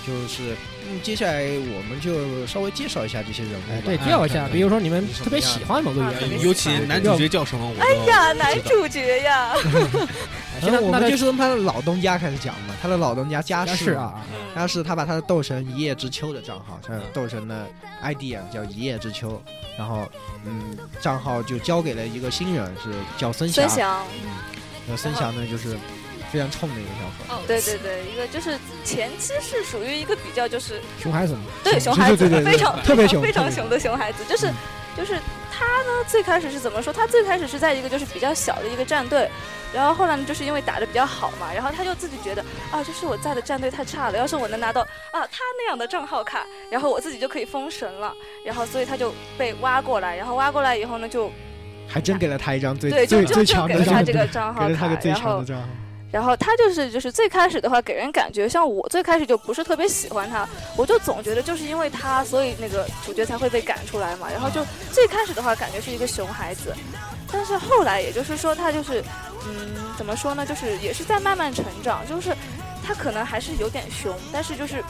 就是，嗯，接下来我们就稍微介绍一下这些人哎，物吧。对，介绍一下，比如说你们什么特别样喜欢某个啊元特别素，喜尤其男主角叫什么，我哎 呀，男主角呀，嗯现然在后我那们在就从他的老东家开始讲嘛，他的老东家家家世世，啊，他是他把他的斗神一叶知秋的账号，他的斗神的 ID 啊叫一叶知秋，然后嗯，账号就交给了一个新人，是叫森孙翔。翔，嗯，那孙翔呢就是非常冲的一个小伙。哦，对对对，一个就是前期是属于一个比较就是熊孩子嘛，对嗯熊孩子对对对对非常特别熊非常特别熊熊的熊孩子，就是嗯就是他呢最开始是怎么说？他最开始是在一个就是比较小的一个战队。然后后来呢，就是因为打的比较好嘛，然后他就自己觉得啊，就是我在的战队太差了，要是我能拿到啊他那样的账号卡，然后我自己就可以封神了，然后所以他就被挖过来，然后挖过来以后呢，就还真给了他一张最对，就最就最就强给的了他账，这给个账号了他卡个，最然强后的账号。然后他就是就是最开始的话，给人感觉像我最开始就不是特别喜欢他，我就总觉得就是因为他，所以那个主角才会被赶出来嘛。然后就最开始的话，感觉是一个熊孩子，但是后来也就是说他就是，嗯，怎么说呢，就是也是在慢慢成长，就是他可能还是有点熊，但是就是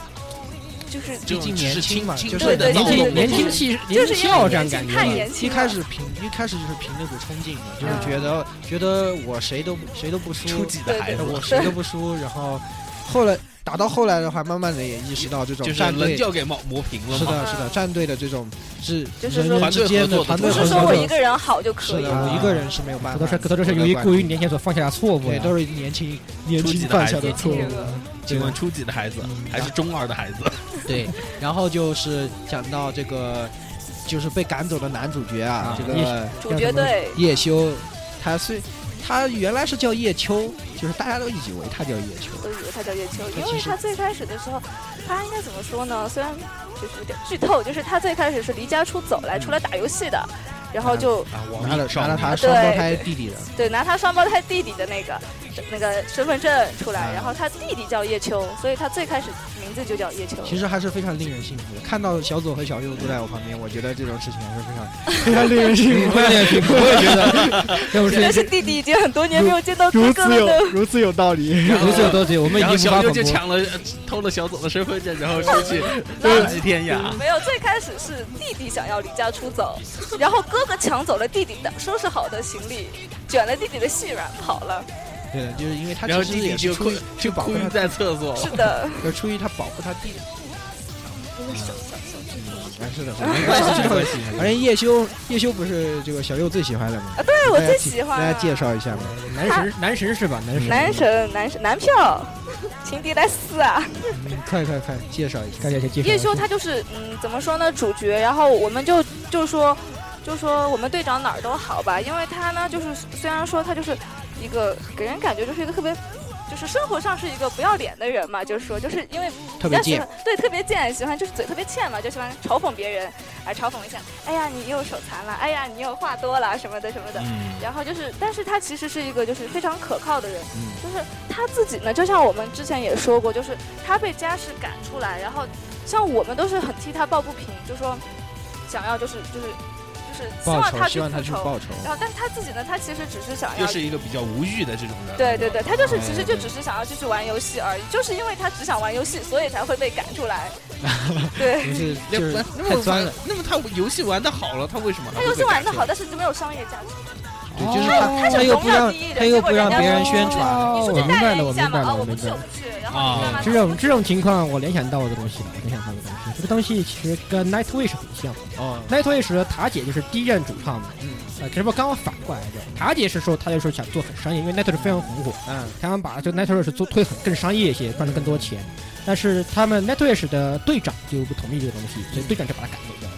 就是这毕种竟只年是轻嘛，青就春是的对年对对轻年对轻气就年是轻气因为傲年这样感轻觉太嘛，年轻啊一了开始凭一开始就是凭那股冲劲嘛，就是嗯觉得觉得我谁都不谁都不初输，哎几的对孩对子，对我谁都不输。然后后来打到后来的话，慢慢的也意识到这种就是战棱队角给磨磨平了是嘛。的，是的，战队的这种是就是人说人之间的团团队队不合是作说合我作的，一个人好就可是以的，了。我一个人是没有办可都法的。是可都是由于过于年前所犯下的错误对，呀。都是年轻年初级轻的犯下孩子的错误年轻。人请问初几的孩子嗯还是中二的孩子？对，然后就是讲到这个，就是被赶走的男主角啊啊，这叶个主角队叶修，他虽他原来是叫叶秋，就是大家都以为他叫叶秋。都以为他叫叶秋，他因其为实他最开始的时候，他应该怎么说呢？虽然就是有点剧透，就是他最开始是离家出走来出来打游戏的，然后嗯就啊，王拿了少拿了年他对双胞胎弟弟的，对拿他双胞胎弟弟的那个那个身份证出来，嗯然后他弟弟叫叶秋，所以他最开始名字就叫叶秋。其实还是非常令人信服的。看到小左和小右都在我旁边，我觉得这种事情还是非常非常令人信服。我也觉得， 要不是但是弟弟已经很多年没有见到哥如哥此了有呢。如此有道理，然后如此有多嘴，我们然后已经无小法反优就驳。抢了呃偷了小左的身份证，然后出 去浪迹天涯。没有，最开始是弟弟想要离家出走，然后哥哥抢走了弟弟的收拾好的行李，卷了弟弟的细软跑了。对的，就是因为他然后其弟实弟也就是哭出于，就保 护哭他晕在厕所。是的，就出于他保护他弟弟。真嗯的小小小剧透。哎，是的，没关系反正叶修，叶修不是这个小右最喜欢的吗？啊，对我 大家最介喜欢。啊大家介绍一下嘛。男神男神是吧？男神男神，男神，男票，情敌来撕 啊！嗯，快快快，介绍一下大。家先介绍一叶下修他就是，嗯，怎么说呢，主角。然后我们就就说，就说我们队长哪儿都好吧，因为他呢，就是虽然说他就是一个给人感觉就是一个特别。就是生活上是一个不要脸的人 嘛，就是说，就是因为比特别较喜贱欢，对，特别贱，喜欢就是嘴特别欠嘛，就喜欢嘲讽别人，啊，嘲讽一下，哎呀，你又手残了，哎呀，你又话多了什么的什么的，嗯，然后就是，但是他其实是一个就是非常可靠的人，嗯就是他自己呢，就像我们之前也说过，就是他被家世赶出来，然后像我们都是很替他抱不平，就说想要就是就是就是希报望仇，希去望他复去仇，报仇。然后但是他自己呢，他其实只是想要又是一个比较无欲的这种人。对对对，他就是哎其实就只是想要继续玩游戏而已，就是因为他只想玩游戏，所以才会被赶出来。对， 不是那就是那太么钻了，那么他游戏玩的好了，他为什么还他会被游戏玩的赶出好，但是就没有商业价值。对，就是哦他他是他又荣不耀让第一人他又结不果让人家别人说宣传，哦你出我去明白代了言我一下明白嘛，了啊，我我不明去，白我了哦不去。然后啊你干嘛？这种这种情况，我联想到的东西了，我联想到的东西，这个东西其实跟 Nightwish 很像。哦， Nightwish 的塔姐就是第一任主唱嘛，嗯呃，只不过刚好反过来着。塔姐是说，她就说想做很商业，因为 Nightwish 非常红火，嗯，他们把这个 Nightwish 做推很更商业一些，赚了更多钱。但是他们 Nightwish 的队长就不同意这个东西，所以队长就把他赶走掉了。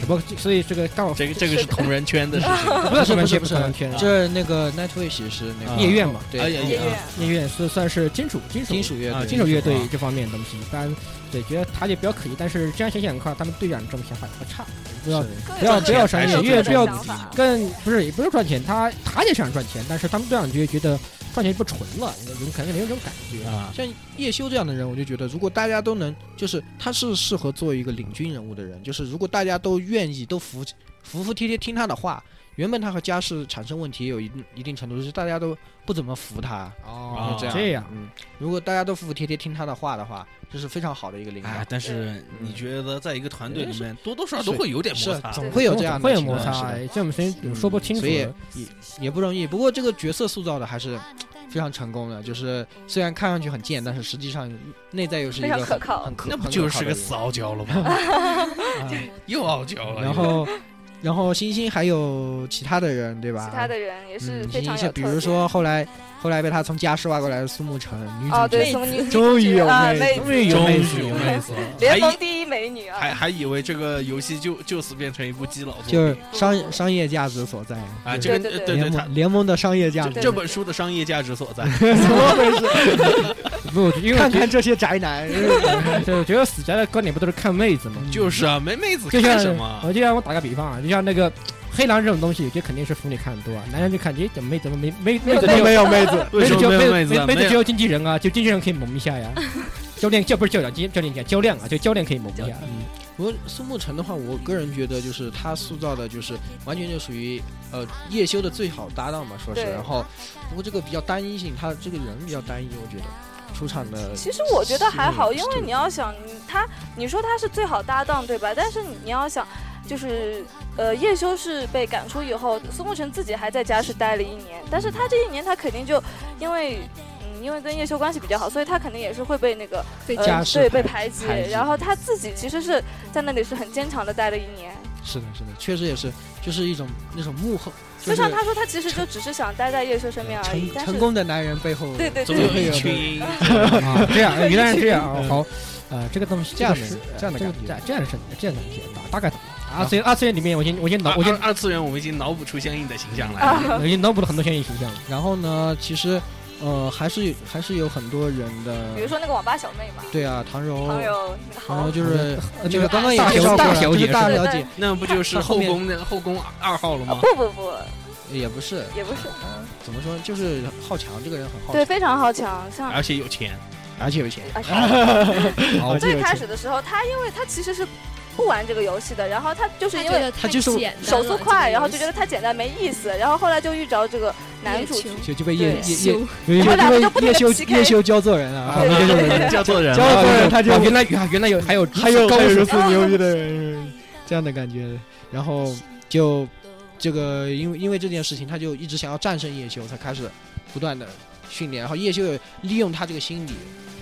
只不过这所以这个刚好这个这个是同人圈的事情，不是不完是全不是完是全，这那个 Nightwish 是那啊个夜愿嘛，对哎呀音乐啊夜愿是算是金属金属金属乐啊队，金属乐队啊这方面的东西，当然对，觉得塔姐比较可惜，但队长这样想想的话，他们队长这种想法也不差，不要是不要不要商闪业，现因为越不要想法。更不是也不是赚钱，他塔姐想赚钱，但是他们队长就觉得赚钱不纯了，有可能有这种感觉。 啊，像叶修这样的人，我就觉得，如果大家都能，就是他是适合做一个领军人物的人，就是如果大家都愿意，都服服服帖帖听他的话，原本他和家世产生问题也有一定一定程度，就是大家都不怎么服他，哦啊这样，这样嗯，如果大家都服服帖帖听他的话的话，这是非常好的一个领导，哎，但是你觉得在一个团队里面，多多少少都会有点摩是擦，总会有这样的会有情摩况擦哎是的，嗯这种事情说不清楚所。以也也不容易。不过这个角色塑造的还是非常成功的，就是虽然看上去很贱，但是实际上内在又是一个非常可很靠很可那不很可就是靠的个人死傲娇了 吗？哎又傲娇了，然后，然后星星还有其他的人，对吧？其他的人也是嗯，非常星有特点。星比如说后来后来被他从家世挖过来的苏沐橙女主哦，对，角，什么女终于有啊妹妹子，子终于有终妹于子，有妹妹子子，联还盟以第一美女啊还！还以为这个游戏就就此变成一部基佬作就品是商 商业价值所在，啊，对这个对对对对，联他盟联盟的商业价这值对这本书的商业价值所在，怎么回事？ 不，因为我看觉看这些宅男，得， 对我觉得死宅的观点不都是看妹子吗？就是啊，没妹子就看像什啊么？我就像我打个比方啊，就像那个黑狼这种东西，这肯定是腐女看的多啊，男人就看，哎，怎么没怎么没没妹子没有呃妹子，妹子只有没有妹子啊？妹没子只有有经纪人啊，就经纪人可以萌一下 呀。教练教不是教练，教练讲教练啊，就教练可以萌一下。不过苏沐橙的话，我个人觉得就是他塑造的，就是完全就属于呃叶修的最好搭档嘛，说是。对然后，不过这个比较单一性，他这个人比较单一，我觉得出场的其实我觉得还好，是因为你要想你他，你说他是最好搭档对吧？但是你要想，就是呃，叶修是被赶出以后，苏沐橙自己还在家是待了一年，但是他这一年他肯定就因为嗯，因为跟叶修关系比较好，所以他肯定也是会被那个被呃家世对被排排挤排挤，然后他自己其实是在那里是很坚强的待了一年。是的，是的，确实也是，就是一种那种幕后，就是像他说，他其实就只是想待在叶修身边而已成，但是成功的男人背后对对总对有一群 啊，这 样原来是这样啊，好，呃，这个东西这样的是这样的这个感觉啊这这样的是这样的感觉吧，大概懂了。啊二次元二次元里面，我先我先 脑二我先二二次元，我们已经脑补出相应的形象来了。啊，我先脑补了很多相应形象了。然后呢，其实呃还是还是有很多人的比，如说那个网吧小妹嘛，对啊，唐柔，朋然友那个后好，就是呃就是刚刚也大介小绍过大了，小就是姐大是吧了对解 那不就是后后面宫的后宫二号了啊吗？不不不，也不是，也不是，怎么说，就是好强，这个人很好对，强，非常好强，像而且有钱，而且有钱，啊好最开始的时候，他因为他其实是不玩这个游戏的，然后他就是因为他他就是手速快，然后就觉得他简单没意思，然后后来就遇着这个男主，就就被叶对叶叶有他们俩叶就不停叶地修 PK 叶修教做人啊，啊叶修对对 叫做人教做人他啊他就就原来原来有还有 还啊有哎高还有如手此牛逼的人，这样的感觉，然后就这个因为因为这件事情，他就一直想要战胜叶修，才开始不断的训练，然后叶修也利用他这个心理。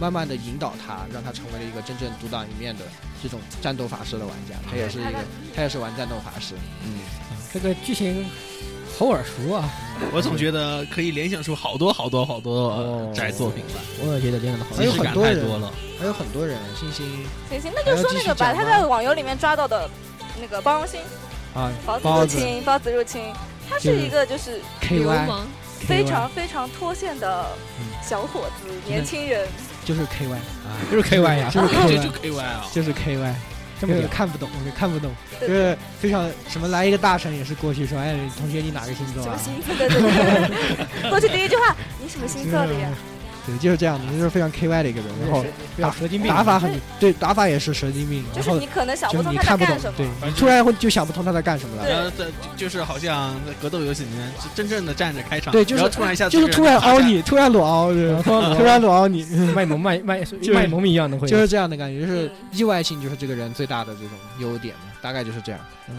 慢慢的引导他，让他成为了一个真正独当一面的这种战斗法师的玩家。嗯他也是一个，他也是玩战斗法师。这个剧情好耳熟啊，我总觉得可以联想出好多好多好多哦呃宅作品来，我也觉得这样的好还即有视很感多太人多了。还有很多人，星星行行，那就说那个把他在网游里面抓到的那个包容心，啊包子入侵，包子入侵，他是一个就是流 KY 氓，非常非常脱线的小伙子，年轻人，就是 KY 啊，就是 K Y 呀，就是这就 KY， KY 啊，就是 KY。这么这屌个。看不懂，我就看不懂，就对是非常什么来一个大神也是过去说，哎，同学你哪个星座什么啊？ 星座的？对对对过去第一句话，你什么星座的呀？对对，就是这样的，就是非常 K Y 的一个人，然后比较蛇精病，打法很对，打法也是神经病，就然是后你可能想就不是通你他看在干不懂什，么对，，你突然会就想不通他在干什么了。然后在就就是好像在格斗游戏里面真真正的站着开场，对就是然后突然一下子就是这个突然人趴凹下，你，突然裸凹，是吧突然裸凹突然裸凹你， 卖萌卖 卖是卖萌一样的会，就是这样的感觉，就是嗯意外性，就是这个人最大的这种优点嘛，大概就是这样。嗯，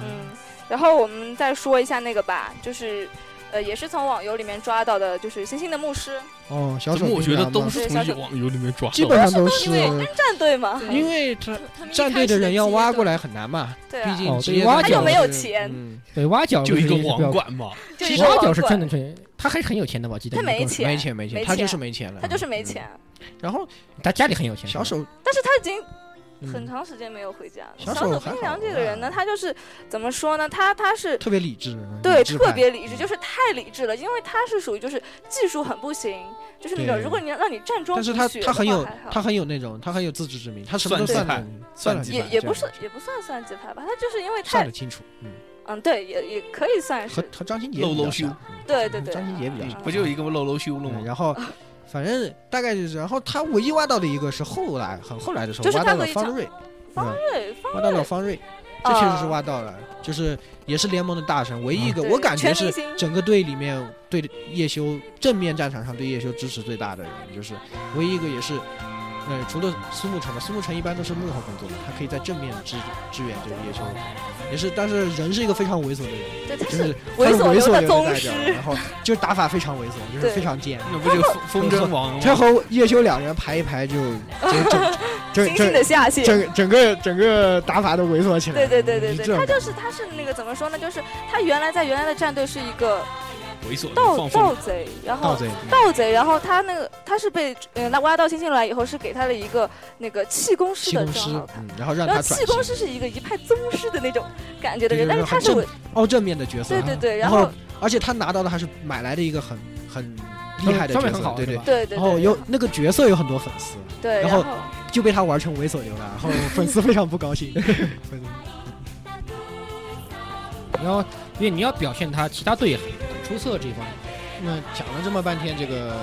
然后我们再说一下那个吧，就是。呃，也是从网游里面抓到的，就是星星的牧师，哦，小怎手么我觉得臂啊都嘛是小从手网游里面抓基到本的。上都因为是，战队嘛，对因为他他们一站队开始的的人要阶挖段过，来很难嘛，对毕啊，竟哦职对业挖队角就是他又没有钱嗯对挖角就一个是比较网管嘛，就其一实个挖网角是管真的是，他还是很有钱的吧？我记得他没印象中钱没钱没钱，没他就钱是没钱了，嗯他就是没钱，然后他家里很有钱。小手但是他已经嗯很长时间没有回家了。小小手手还冰好凉这个吧人呢，他就是怎么说呢？他他是特别理智，对理智派嗯特别理智，就是太理智了，因为他是属于就是技术很不行，就是那种对如果你让你站中不但是血他他很有的话还好他很有那种他很有自知之明，他什么都算算计派得算算得计也派也不是算也不算算计派吧，他就是因为算太得清楚，嗯，嗯对也也可以算和是和张新杰露比较露胸像，嗯对对对张新杰比较嗯像，不就一个喽喽修了嗯吗？然啊后反正大概就是，然后他唯一挖到的一个是后来很后来的时候就是挖到他了可以方抢瑞，嗯方瑞方挖到了方瑞，这啊确实是挖到了，就是也是联盟的大神，唯一一个嗯对我感觉全明是星整个队里面对叶修正面战场上对叶修支持最大的人，就是唯一一个也是。呃，除了苏沐橙吧，苏沐橙一般都是幕后工作的，他可以在正面支支援这个叶修，也是，但是人是一个非常猥琐的人，对他就是是他是猥猥琐流琐的的人宗代师表，然后就是打法非常猥琐，就是对非常贱，那不就风风筝王他吗？和叶修两人排 一排就，就星整星的整下线。整整个整个打法都猥琐起来对了。对对对是对，这他种感就觉是他是那个怎么说呢？就是他原来在原来的战队是一个猥琐的嗯盗放风筝盗贼，然盗后贼，盗贼，然后他那个他是被呃那挖到星星来以后，是给他了一个那个气功师气的功师账号，卡。嗯，然后让然后他转气功型师是一个一派宗师的那种感觉的人，对但就是是他很是正我凹正面的角色对啊，对对，然然后而且他拿到的还是买来的一个很很厉害的装备角很色，好，对对。对对然后对，有那个角色有很多粉丝，对，然后后就被他玩成猥琐流了，然后粉丝非常不高兴。你要因为你要表现他其他队很出色这一方面， 那讲了这么半天这个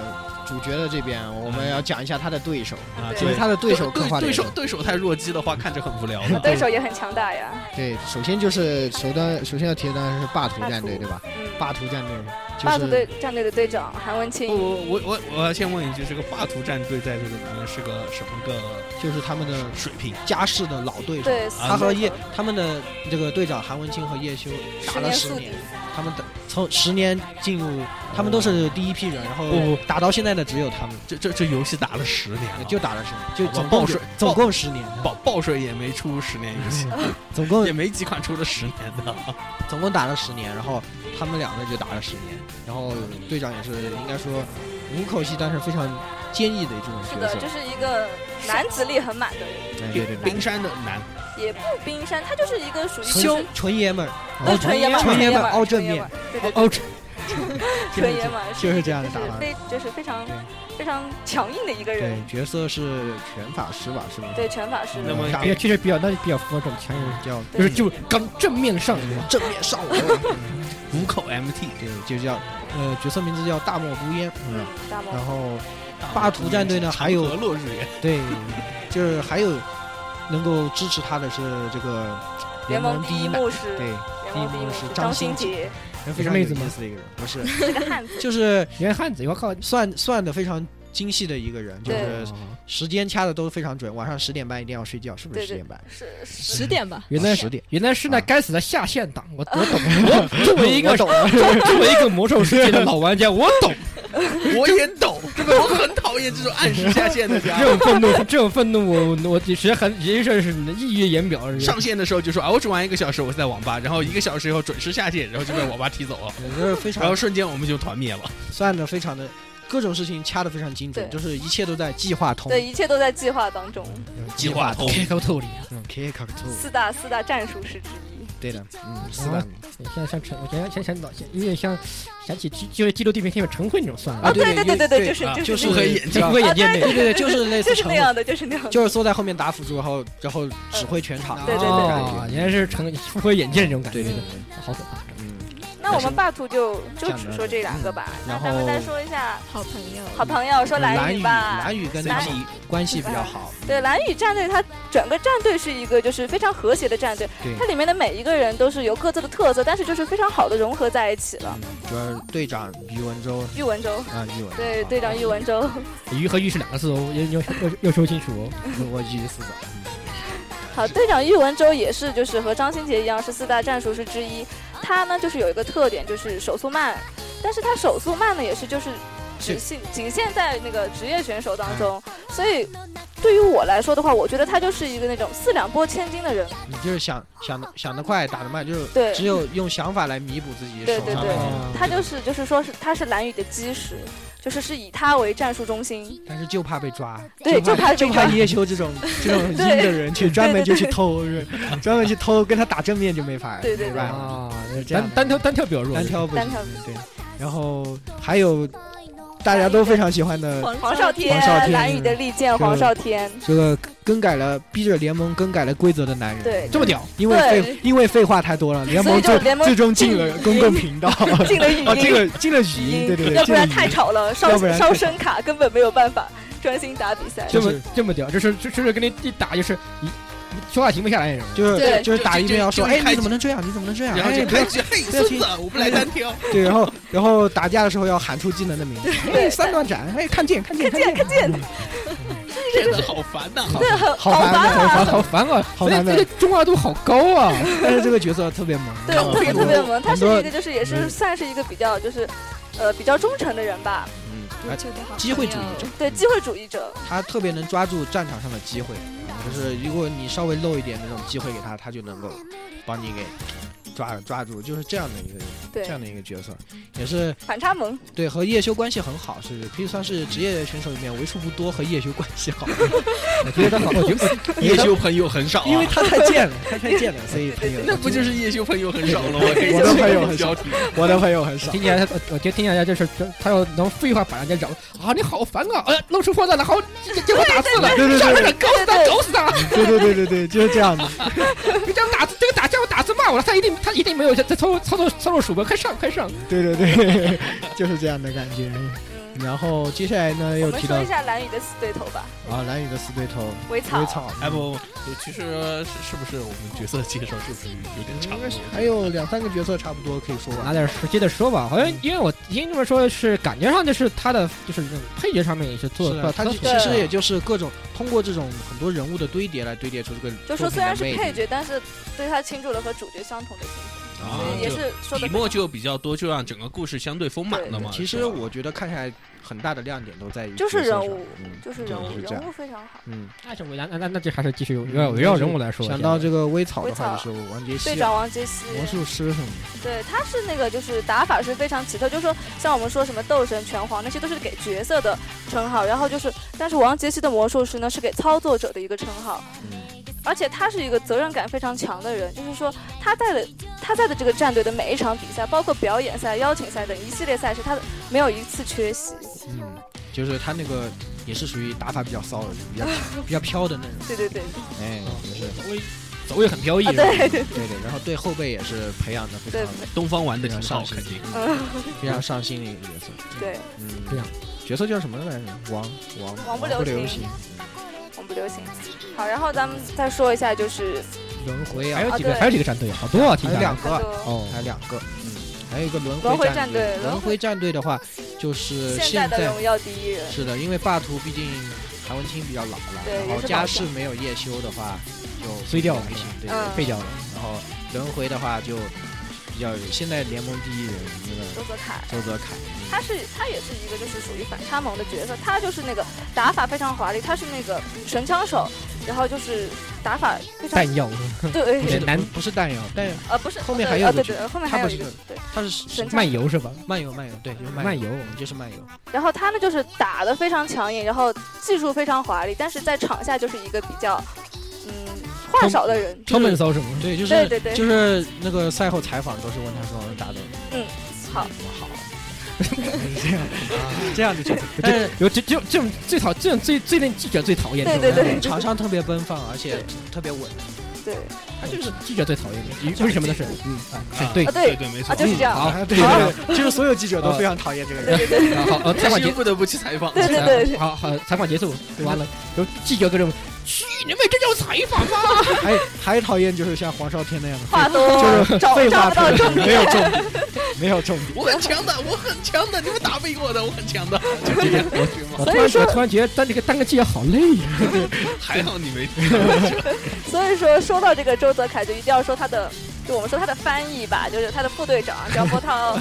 主角的这边，我们要讲一下他的对手，啊，对因为他的嗯对手刻对画的对手对手太弱鸡的话，看着很无聊的。对手也很强大呀，对，首先就是首当首先要提的当然是霸图战队，对吧？嗯，霸图战队就是霸主队战队的队长韩文不，清，我我我我要先问一句，这个霸图战队在这个里面是个什么个就是他们的水平？家世的老对手，对，啊他和四叶他们的这个队长韩文清和叶修打十了年十宿敌年，，他们的从十年进入，他们都是第一批人，然后不打到现在的只有他们，这这这游戏打了十年了，就打了十年，就我总报共水总报共十年，爆爆水也没出十年游戏，总共也没几款出了十年的。总共打了十年，然后他们两个就打了十年，然后队长也是应该说无口气，但是非常坚毅的这种是角的，色就，是一个男子力很满的人，哎对对对，冰山的男，也不冰山，他就是一个属于纯凶，纯爷们儿，对，哦纯纯爷们儿，纯爷们们儿儿凹正纯爷面们，儿对对对，哦，这纯爷们儿就是这样的就打是法。非就是非常对非常强硬的一个对人，，角色是拳法施法是吧？对拳法师那么啊比较其实比较那就比较符合这种强硬，叫就对是就是刚正面上是吧正面上我，五口 MT，对，就叫呃角色名字叫大漠孤烟，嗯嗯，，大魔然后霸图战队呢还长河有落日圆，对，就是还有能够支持他的是这个联盟第第一男，牧师，对，联盟第一牧第一师幕是张张新新杰非常有意思的一个人，不 是，是个汉子，就是原汉子，我靠，算算的非常精细的一个人，就对是时间掐的都非常准，晚上十点半一定要睡觉，是不是对十对点半？是是十点吧，原来十点，原来是那啊该死的下线党，我我懂，我作为一个我懂了，作为一个魔兽世界的老玩家，我懂我也懂，这个我很讨厌这种暗示下线的家这种愤怒，这种愤怒我，我其实很，其实是溢于言表。是上线的时候就说啊，我只玩一个小时，我在网吧，然后一个小时以后准时下线，然后就被网吧踢走了，也就是非然后常瞬间我们就团灭了。算的非常的各种事情掐的非常精准，对就是一切都在计划通，对，一切都在计划当中，计划通开口啊吐理。嗯，K K 四大四大战术师之一，对的，嗯，是的，现在像陈，我现在想想到，现有点像想起基就是基督地平线有陈慧那种算啊了，对哦对对对对对，对就是啊就就是是那个黑眼陈叫慧眼啊点对点对对，就是类 似就是陈那慧，样的，就是那样的，就是坐在后面打辅助，然后然后指挥全场，啊对对对这种感哦觉，原来是陈慧眼见这种感觉，对对对，好可怕。嗯，那那我们霸图就就讲只嗯的说这两个吧。那然咱们再后说一下好朋友，好朋友，说蓝蓝宇宇吧。蓝嗯宇跟蓝他们关系比较好， 对蓝宇战队，它整个战队是一个就是非常和谐的战队，对它里面的每一个人都是有各自的特色，但是就是非常好的融合在一起了嗯。，主要是队长于文州喻文州，啊，于文对队长喻文州，鱼和玉是两个字哦，又又又又说清楚哦。州，我于四个，好，队长喻文州也是就是和张新杰一样是四大战术师之一，他呢就是有一个特点就是手速慢，但是他手速慢呢也是就是只限仅限在那个职业选手嗯当中，所以对于我来说的话，我觉得他就是一个那种四两拨千斤的人，你就是想想的想得快，打得慢，就是对只有用想法来弥补自己对手对上对的那种。他就是就是说是他是蓝宇的基石，就是是以他为战术中心，但是就怕被抓，对就就怕被就抓怕叶修这 种这种阴的人去专门就去偷，是专门去偷，跟他打正面就没法，对对没对办法，啊，这样单的单挑单挑比较弱，单挑不行单挑不，对。然后还有大家都非常喜欢的，黄少天黄少，天蓝宇的利剑黄少天，这个更改了逼着联盟更改了规则的男人，对这么屌，因为对废因为废话太多了，联所盟以就最联盟最终进了公共频道，进了语啊，进音，了进了语音，对对对，要不然进了语音太吵了，烧要不然太吵烧声卡根本没有办法专心打比赛。这就是么这么屌，就是就就是跟你一打就是一一说话停不下来那种。就是对就是打一遍要说，就就哎，就你怎么能这样？你怎么能这样？然后哎，就不要开局，嘿，孙子，我们来单挑。 对，然后然后打架的时候要喊出技能的名字，哎，三段斩，哎，看剑，看剑，看剑，看剑，真的好烦呐、 对，很好好烦烦好啊！啊，好烦啊！好难的这个中二度好高 啊！ 但是这个角色特别萌，对，然后特别 很特多别萌，他很是多嗯一个就是也是算是一个比较就是，呃，比较忠诚的人吧，哎优秀的好朋友机会主义者，对，机会主义者，他特别能抓住战场上的机会，就是如果你稍微漏一点那种机会给他，他就能够帮你给抓抓住，就是这样的一个人，对这样的一个角色，也是反差萌，对和叶修关系很好，是可以算是职业选手里面为数不多和叶修关系好 的，我觉得他好，我觉得叶修朋友很少、啊，因为他太 贱了，他太贱了，所以朋友那不就是叶修朋友很少了吗？我的朋友很少少，我的朋友很少。听起来他，我我觉得听起来就是他要能废话把人家扰啊！你好烦啊！哎，露出破绽了，好，结结果打字了，对对对上来搞死他，搞死他！对对对对对，就是这 样的。你这样打字，这个打叫我打字骂我了，他一定他一定没有在在操作操作操作鼠标，快上快上！对对对， 就是这样的感觉。嗯，然后接下来呢，我又们提说到一下蓝宇的死对头吧，啊，蓝宇的死对头苇微草，草，哎不，不其实是是不是我们角色介绍是不是有点长应？该是还有两三个角色差不多可以说拿完。点时间的说吧，好像因为我听你们说是感觉上就是他的就是那种配角上面也是啊做是做的，啊他做其对实也就是各种通过这种很多人物的堆叠来堆叠出这个就作说品虽然的是魅配力。角，但是对他倾注了和主角相同的情啊感，也是说的笔墨就比较多，就让整个故事相对丰满了嘛。其是实吧我觉得看下来很大的亮点都在于就是角人色上物嗯就是人物是这样人物非常好，嗯，那是围绕那那那这还是继续围绕围绕人物来说。想到这个微草的微话，草就是王杰队希啊、长王杰希，魔术师什么的，对，他是那个就是打法是非常奇特，就是说像我们说什么斗神、拳皇那些都是给角色的称号，然后就是但是王杰希的魔术师呢是给操作者的一个称号，嗯，而且他是一个责任感非常强的人，就是说他带的他带的这个战队的每一场比赛，包括表演赛、邀请赛等一系列赛事，他没有一次缺席。嗯，就是他那个也是属于打法比较骚的， 比较比较飘的那种，对对对，哎，也是走位很飘逸啊，对对对的。然后对后辈也是培养的非对常东方玩的非常挺上好，心嗯肯定。非常上心的一个角色，嗯对，嗯，非常角色叫什么来着？王王王不嗯不留留情我们不流行。好，然后咱们再说一下，就是轮回啊还，有几啊个对还有几个战队，好多啊，听起还有来两他个啊，就哦还有两个，嗯，还有一个轮轮回回战战队队。轮轮回回战队的话，就现是在呃现的在荣耀第一人，是的，因为霸图毕竟韩文清比较老了，对然也后是家老世没有叶修的话就碎掉了不行，对，嗯废掉了。然后轮回的话就比较有现在联盟第一人那周泽个楷。周泽楷，他是他也是一个就是属于反差萌的角色，他就是那个打法非常华丽，他是那个神枪手，然后就是打法非常弹药，对不，是男不不是弹药，弹药呃不是后面对还有呃一个对对，后面他还有不一是个个对，他是是神枪漫游是吧？漫游漫游，对，就是漫漫游，游，就是漫游，然后他呢就是打得非常强硬，然后技术非常华丽，但是在场下就是一个比较嗯话少的人，超闷骚是吗？对，就是对对对就是那个赛后采访都是问他说 打的嗯好好，这样这样的角色，但这是。有这这这种最讨这种最最令记者最讨厌这对种。对对场上特别奔放，而且特别稳。对，他就是记者最讨厌的，为什么 呢？是嗯，啊对啊对对对，没错啊，。就是这样，好， 啊，对对对对，啊就是所有记者都非常讨厌这个人。对对对，对，好，呃，采但访是又结，不得不去采访，对对对对好好，采访结束，完了，就记者各种，去你们这叫采访吗？还哎还讨厌就是像黄少天那样的，话多，找废找话不到特重 别多没有点，重点，没有重点。我很强的，我很强的，你们打不赢我的，我很 强的，就这样，行吗我突然我突然觉得当这个当个记者好累啊呀， 还好你没听， 所以说说到这个周泽楷，就一定要说他的，就我们说他的翻译吧，就是他的副队长张波 涛，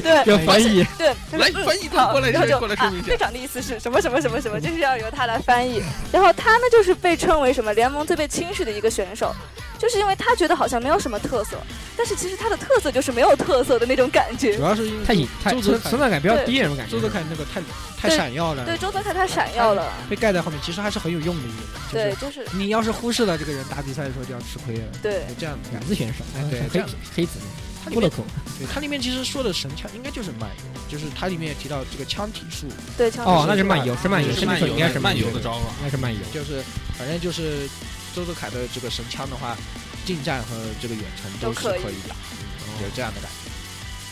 对要翻译，对，他来说嗯翻译过来好过来然后说就过来说啊明一，下队长的意思是什么什么什么什么，就是要由他来翻译。然后他呢，就是被称为什么联盟最被轻视的一个选手，就是因为他觉得好像没有什么特色，但是其实他的特色就是没有特色的那种感觉主。要是因为太隐太周存泽存楷，在感比较低，那种感觉周。泽楷那个太太对闪耀了，对，周泽楷太闪耀了，被盖在后面，其实还是很有用的一个人。就对是，就是你要是忽视了这个人，打比赛的时候就要吃亏了。对有这样的男感觉。子选手，哎对这黑样黑子，它里骷髅面口，对它里面其实说的神枪应该就是漫游，就是它里面也提到这个枪体术，对，强哦，制那是性漫游，是漫游，是是漫游应该是漫漫游的，招法。应该是漫游。就是反正就是周泽楷的这个神枪的话，近战和这个远程都是都可可以以的，嗯有这样的感觉。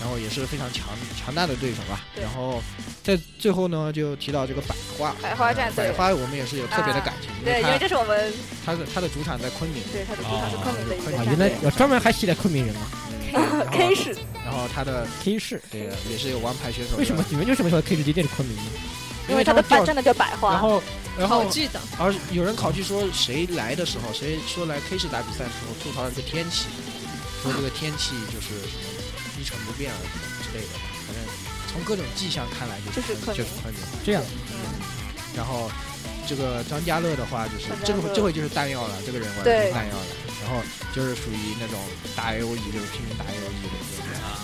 然后也是非常强强大的对手吧。对然后在最后呢，就提到这个百花，百花战队啊百花我们也是有特别的感情，因对，为因为这它是我们它的它的主场在昆明，对他的主场是昆明的一个啊，战原来队有专门还系列昆明人啊嗯然后 K 市，然后它的，K 市。这个啊也是有王牌选手的，啊为什么你们为什么说 K 市一定是昆明呢？因为他的他班们真的叫百叫然花，后然好哦后剧的，而有人考据说，谁来的时候，谁说来 K 市打比赛的时候吐槽了这个天气，说这个天气就是什么一成不变啊什么之类的，反正从各种迹象看来就就是是昆明就是昆明。这样，然后这个张家乐的话，就是张家这乐个这回就是弹药了，这个人完全对是弹药了。然后就是属于那种打 A O E 就是拼命打 A O E 的这种啊，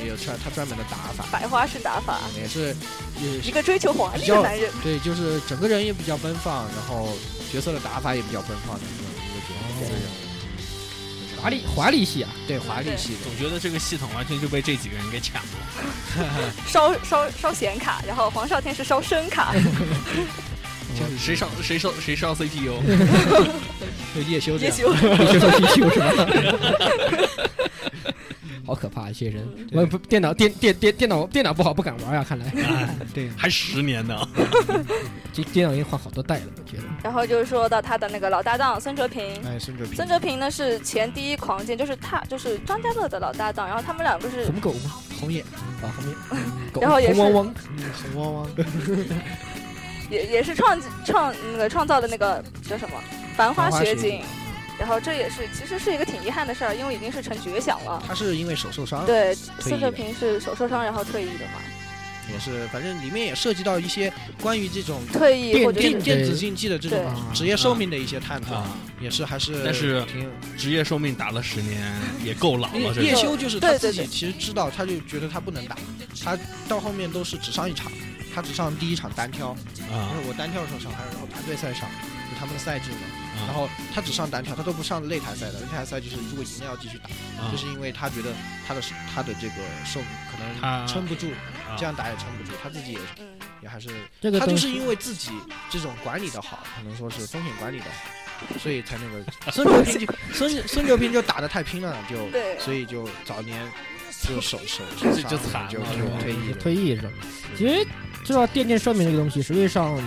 也有专他专门的打法，百花式打法，也是也一是个追求华丽的男人，对，就是整个人也比较奔放，然后角色的打法也比较奔放的那种一个角色，这个人华丽华丽系啊，对华丽对系总觉得这个系统完全就被这几个人给抢了。烧烧烧显卡，然后黄少天是烧声卡，嗯就是谁上谁上谁 上 CPU？的叶修这也样许。我接受 PQ 是吧？ 好可怕，啊，这些人，嗯我也不电脑电电电电脑电脑不好不敢玩啊，看来对，还十年呢，这电脑已经换好多代了，我觉得。然后就说到他的那个老搭档孙哲平。哎，孙哲平，孙哲平呢是前第一狂剑，就是他就是张家乐的老搭档，然后他们两个是红狗吗？红眼，啊，后面狗 然后红也是汪汪，嗯，红汪汪，也也是创创那个创造的那个叫什么《繁花繁花雪雪景》，然后这也是其实是一个挺遗憾的事儿，因为已经是成绝响了。他是因为手受伤，啊对，啊退役孙哲平是手受伤然后退役的嘛，也是，反正里面也涉及到一些关于这种退役电或者对电是电子竞技的这种对职业寿命的一些探嗯讨啊，也是还是，但是挺。职业寿命打了十年也够老叶哎了，这叶个修就是他对自对己对其实知道，他就觉得他不能打，他到后面都是只上一场，他只上第一场单挑，啊因嗯为我单挑的时候上，还有然后团队赛上，就他们的赛制嘛。然啊后他只上单挑，他都不上擂台赛的。擂台赛就是如果赢了要继续打，啊就是因为他觉得他的他的这个寿命可他能撑不住，啊这样打也撑不住。他自己也嗯，也还是，这个他东就是西因为自己这种管理的好，可能说是风险管理的好，所以才那个 孙哲平就孙孙哲平就打得太拼了，就对啊所以就早年就手手受伤就惨了啊就是吧退役了退役是吧？其实知道电竞寿命这个东西，实际上，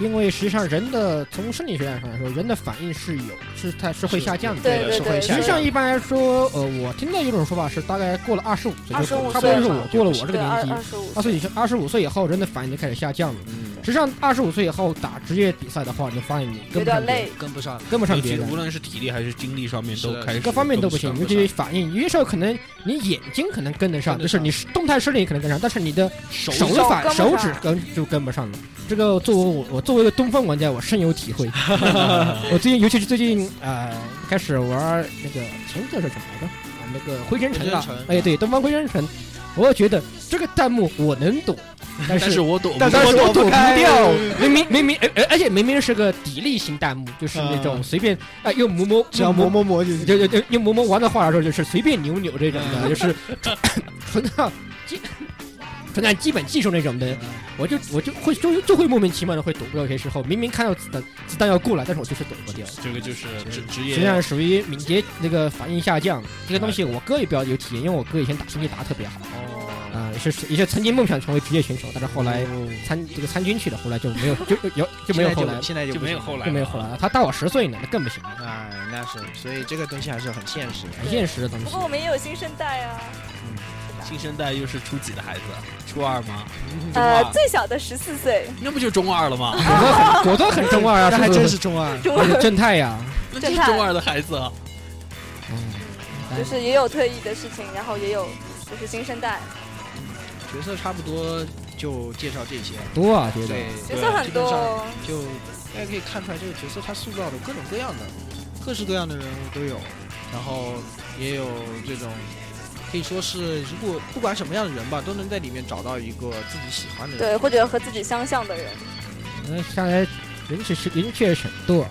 因为实际上人的从生理学上来说，人的反应是有，是它是会下降的。对对对是会对，实际下上，所以一般来说，呃，我听到有种说法是，大概过了二十五岁，就25差不多是岁我过了我这个对二年纪二，十五二岁以上，二十五岁以后，人的反应就开始下降了。嗯，实际上，二十五岁以后打职业比赛的话，你就发现你跟有不上点别人，累，跟不上。跟不上尤别其人无，论是体力还是精力上面都是的开始各方面都不行。上尤不其反应，有些时候可能你眼睛可能跟得上，跟就得是上你动态视力可能跟上，但是你的上手手手法跟不手上指跟就跟不上了。这个作为我我作为一个东方玩家，我深有体会。我最近尤其是最近呃开始玩那个前一阵是什么来着？啊，那个灰真城灰啊真城，哎对，东方灰真城，我觉得这个弹幕我能懂，但但是是。我躲不但过是躲我不躲不开掉， 明明明明，而而而且明明是个砥砺型弹幕，就是那种啊随便啊，用磨磨，只要磨磨磨磨就就就就用磨磨玩的话来说，就是随便扭扭这种的，就是纯纯靠纯看基本技术那种的，我就我就会就就会莫名其妙的会躲过一些时候，明明看到子弹子弹要过来，但是我就是躲过掉。这个就是职职实际上业属于敏捷那个反应下降，这个东西我哥也比较有体验，因为我哥以前打拳击打得特别好，哦，啊、也是也是曾经梦想成为职业选手，但是后来参这个参军去了，后来就没有就就有就没有后来嗯现在就就不没有行后来就没有后来了。他大我十岁呢，那更不行，了哎，那是，所以这个东西还是很现实的。很现实的东不西过。我们也有新生代啊，新生代又是初几的孩子？初二吗？中呃，二，最小的十四岁，那不就中二了吗？ 果断很果断很中二啊，那还不真是中二，中而且正太呀、那就正是太中二的孩子啊。嗯哎就是也有退役的事情，然后也有就是新生代，角色差不多就介绍这些。多啊，觉得对，角色很基本多上。就大家可以看出来，这个角色他塑造的各种各样的、各式各样的人物都有，然后也有这种可以说是，如果不管什么样的人吧，都能在里面找到一个自己喜欢的人。对，或者和自己相像的人，嗯，下来人确实人确实很多。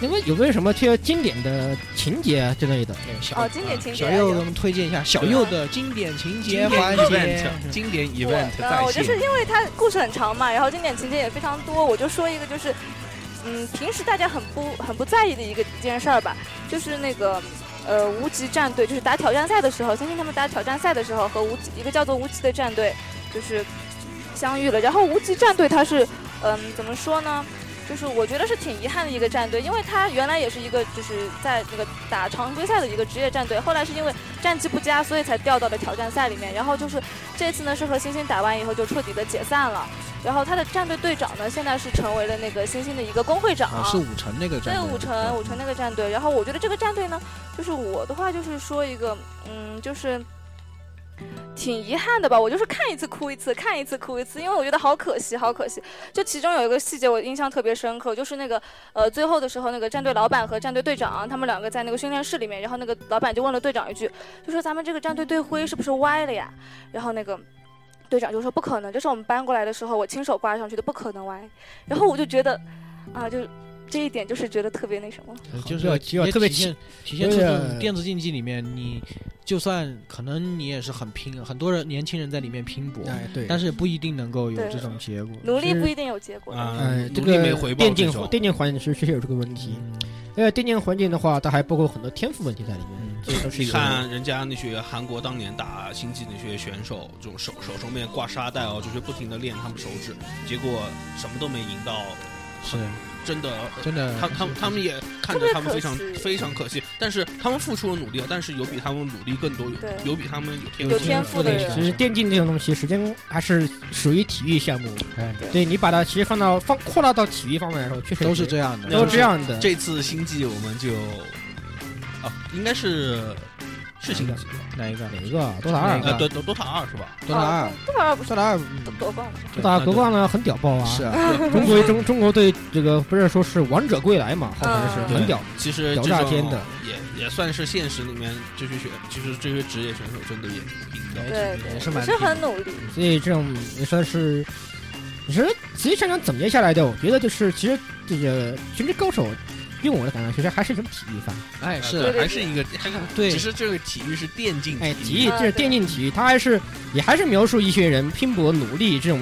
那么有没有什么特别经典的情节啊之类的？对小哦，经典情节小也右有。给我们推荐一下小右的经典情节经典环节。 event，经典我 event 呃，我在就是线，因为它故事很长嘛，然后经典情节也非常多，我就说一个就是，嗯，平时大家很不很不在意的一个一件事儿吧，就是那个。呃，无极战队就是打挑战赛的时候，星星他们打挑战赛的时候和无极一个叫做无极的战队就是相遇了。然后无极战队它是，嗯，怎么说呢？就是我觉得是挺遗憾的一个战队，因为它原来也是一个就是在那个打常规赛的一个职业战队，后来是因为战绩不佳，所以才调到了挑战赛里面。然后就是这次呢是和星星打完以后就彻底的解散了。然后他的战队队长呢，现在是成为了那个星星的一个工会长，啊，是武城那个战对队。五城五城那个战队。然后我觉得这个战队呢，就是我的话就是说一个，嗯，就是。挺遗憾的吧，我就是看一次哭一次，看一次哭一次，因为我觉得好可惜，好可惜。就其中有一个细节我印象特别深刻，就是那个呃最后的时候，那个战队老板和战队队长他们两个在那个训练室里面，然后那个老板就问了队长一句，就说咱们这个战队队徽是不是歪了呀？然后那个队长就说不可能，这是我们搬过来的时候我亲手挂上去的，不可能歪。然后我就觉得啊，就这一点就是觉得特别那什么。对好呃就比较是比较也特别啊体奇现体现有出这点种电子竞技里面，你就算可能你也是很拼，很多人年轻人在里面拼搏，哎，对但是不一定能够有对这种结果。努力是不一定有结果。啊哎，这努力没个回报电这竞种，电竞环境是确实有这个问题。嗯呃，电竞环境的话，它还包括很多天赋问题在里面嗯，这都是你有的看人家那些韩国当年打星际那些选手，这种手手上面挂沙袋哦，就是不停的练他们手指，结果什么都没赢到，是真的。呃真的，他他们他们也看着他们非常特别可惜非常可惜，但是他们付出了努力，啊但是有比他们努力更多，对有比他们有天有赋天赋的人其实电竞这种东西，时间还是属于体育项目。哎对你把它其实放到放扩大到体育方面来说，确实都是这样的，都是这样的。这次星际我们就啊，应该是是星际吧，哪一个？哪一个多塔二哪一个呃，对，多多塔二是吧？多啊塔啊二，多少不是多塔二夺夺冠吗？多塔二夺冠了，很屌爆啊！是啊，对中国中中国队这个不是说是王者归来嘛，好像是嗯很屌。其实屌这炸种天的也也算是现实里面这些选，就是这些职业选手真的也挺拼哎的。对对，也是蛮也是很努力。所以这种也算是，其实实际上想总结下来的，我觉得就是其实这个《全职高手》，用我的感觉，其实还是一种体育番。哎啊是对还是一个还是对只是这个体育是电竞哎，体育啊就是对电竞体育，它还是也还是描述一群人拼搏努力这种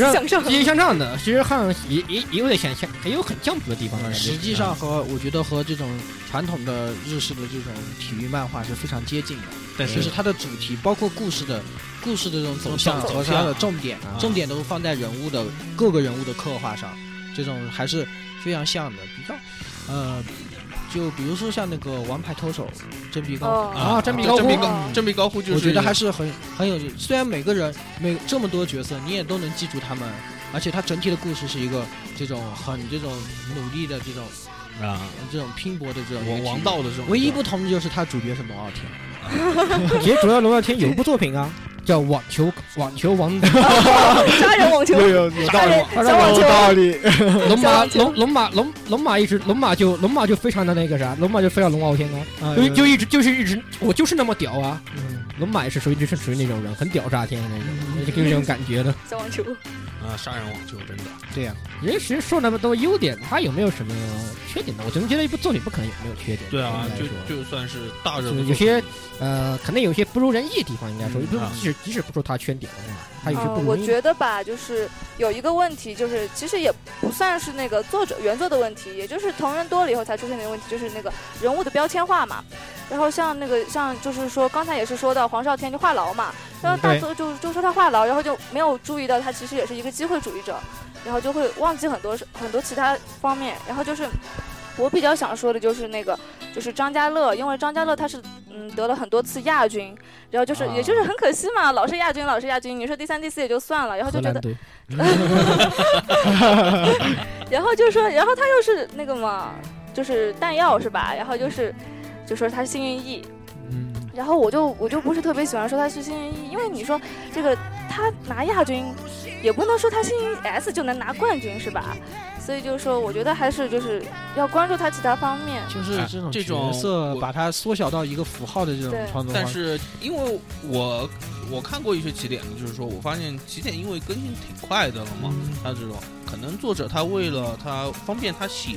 实际极上向上积极向上的，其实看也也也有点想象，也有很降谱的地方的感嗯觉。实际上和我觉得和这种传统的日式的这种体育漫画是非常接近的，但就是是它的主题，包括故事的故事的这种走向走和向它的重点啊，重点都放在人物的各个人物的刻画上，这种还是非常像的，比较呃，就比如说像那个《王牌投手》真皮高哦啊真比高真比呼高真比高呼，就是我觉得还是很很有，虽然每个人每这么多角色，你也都能记住他们，而且它整体的故事是一个这种很这种努力的这种啊，这种拼搏的这种一王个王体育道的这种。唯一不同的就是它主角是龙傲天，其实主要龙耀天有一部作品啊，叫《网球网球王子》， 杀人网球， 有有杀人杀人小网有球，道理， 龙马小龙龙马龙龙马一直龙马就龙马就非常的那个啥，龙马就非要龙傲天啊，啊就就一直就是一直我就是那么屌啊，嗯龙马也是属于就是属于那种人，很屌炸天的那种，就给我这种感觉的。小网球，啊，杀人网球真的，对呀、人家其实说那么多优点，他有没有什么缺点呢？我总觉得一部作品不可能有没有缺点。对啊应该，就说就算是大热就门是有作些品呃，可能有些不如人意的地方，应该说，嗯不啊即使即使不说他缺点的话，他有些呃不，我如意。觉得吧，就是有一个问题，就是其实也不算是那个作者原作的问题，也就是同人多了以后才出现的问题，就是那个人物的标签化嘛。然后像那个像就是说刚才也是说到黄少天就话痨嘛，然后嗯大对作就就说他话痨，然后就没有注意到他其实也是一个机会主义者，然后就会忘记很多事很多其他方面，然后就是。我比较想说的就是那个，就是张家乐，因为张家乐他是嗯得了很多次亚军，然后就是、啊也就是很可惜嘛，老是亚军，老是亚军。你说第三、第四也就算了，然后就荷觉兰得，队，然后就说，然后他又是那个嘛，就是弹药是吧？然后就是就说他是幸运翼，嗯，然后我就我就不是特别喜欢说他是幸运一，因为你说这个他拿亚军，也不能说他幸运 S 就能拿冠军是吧？所以就是说，我觉得还是就是要关注他其他方面。就是这种这种角色我把它缩小到一个符号的这种对创作但方式，是因为我我看过一些起点的，就是说我发现起点因为更新挺快的了嘛，嗯它这种可能作者他为了他方便他写，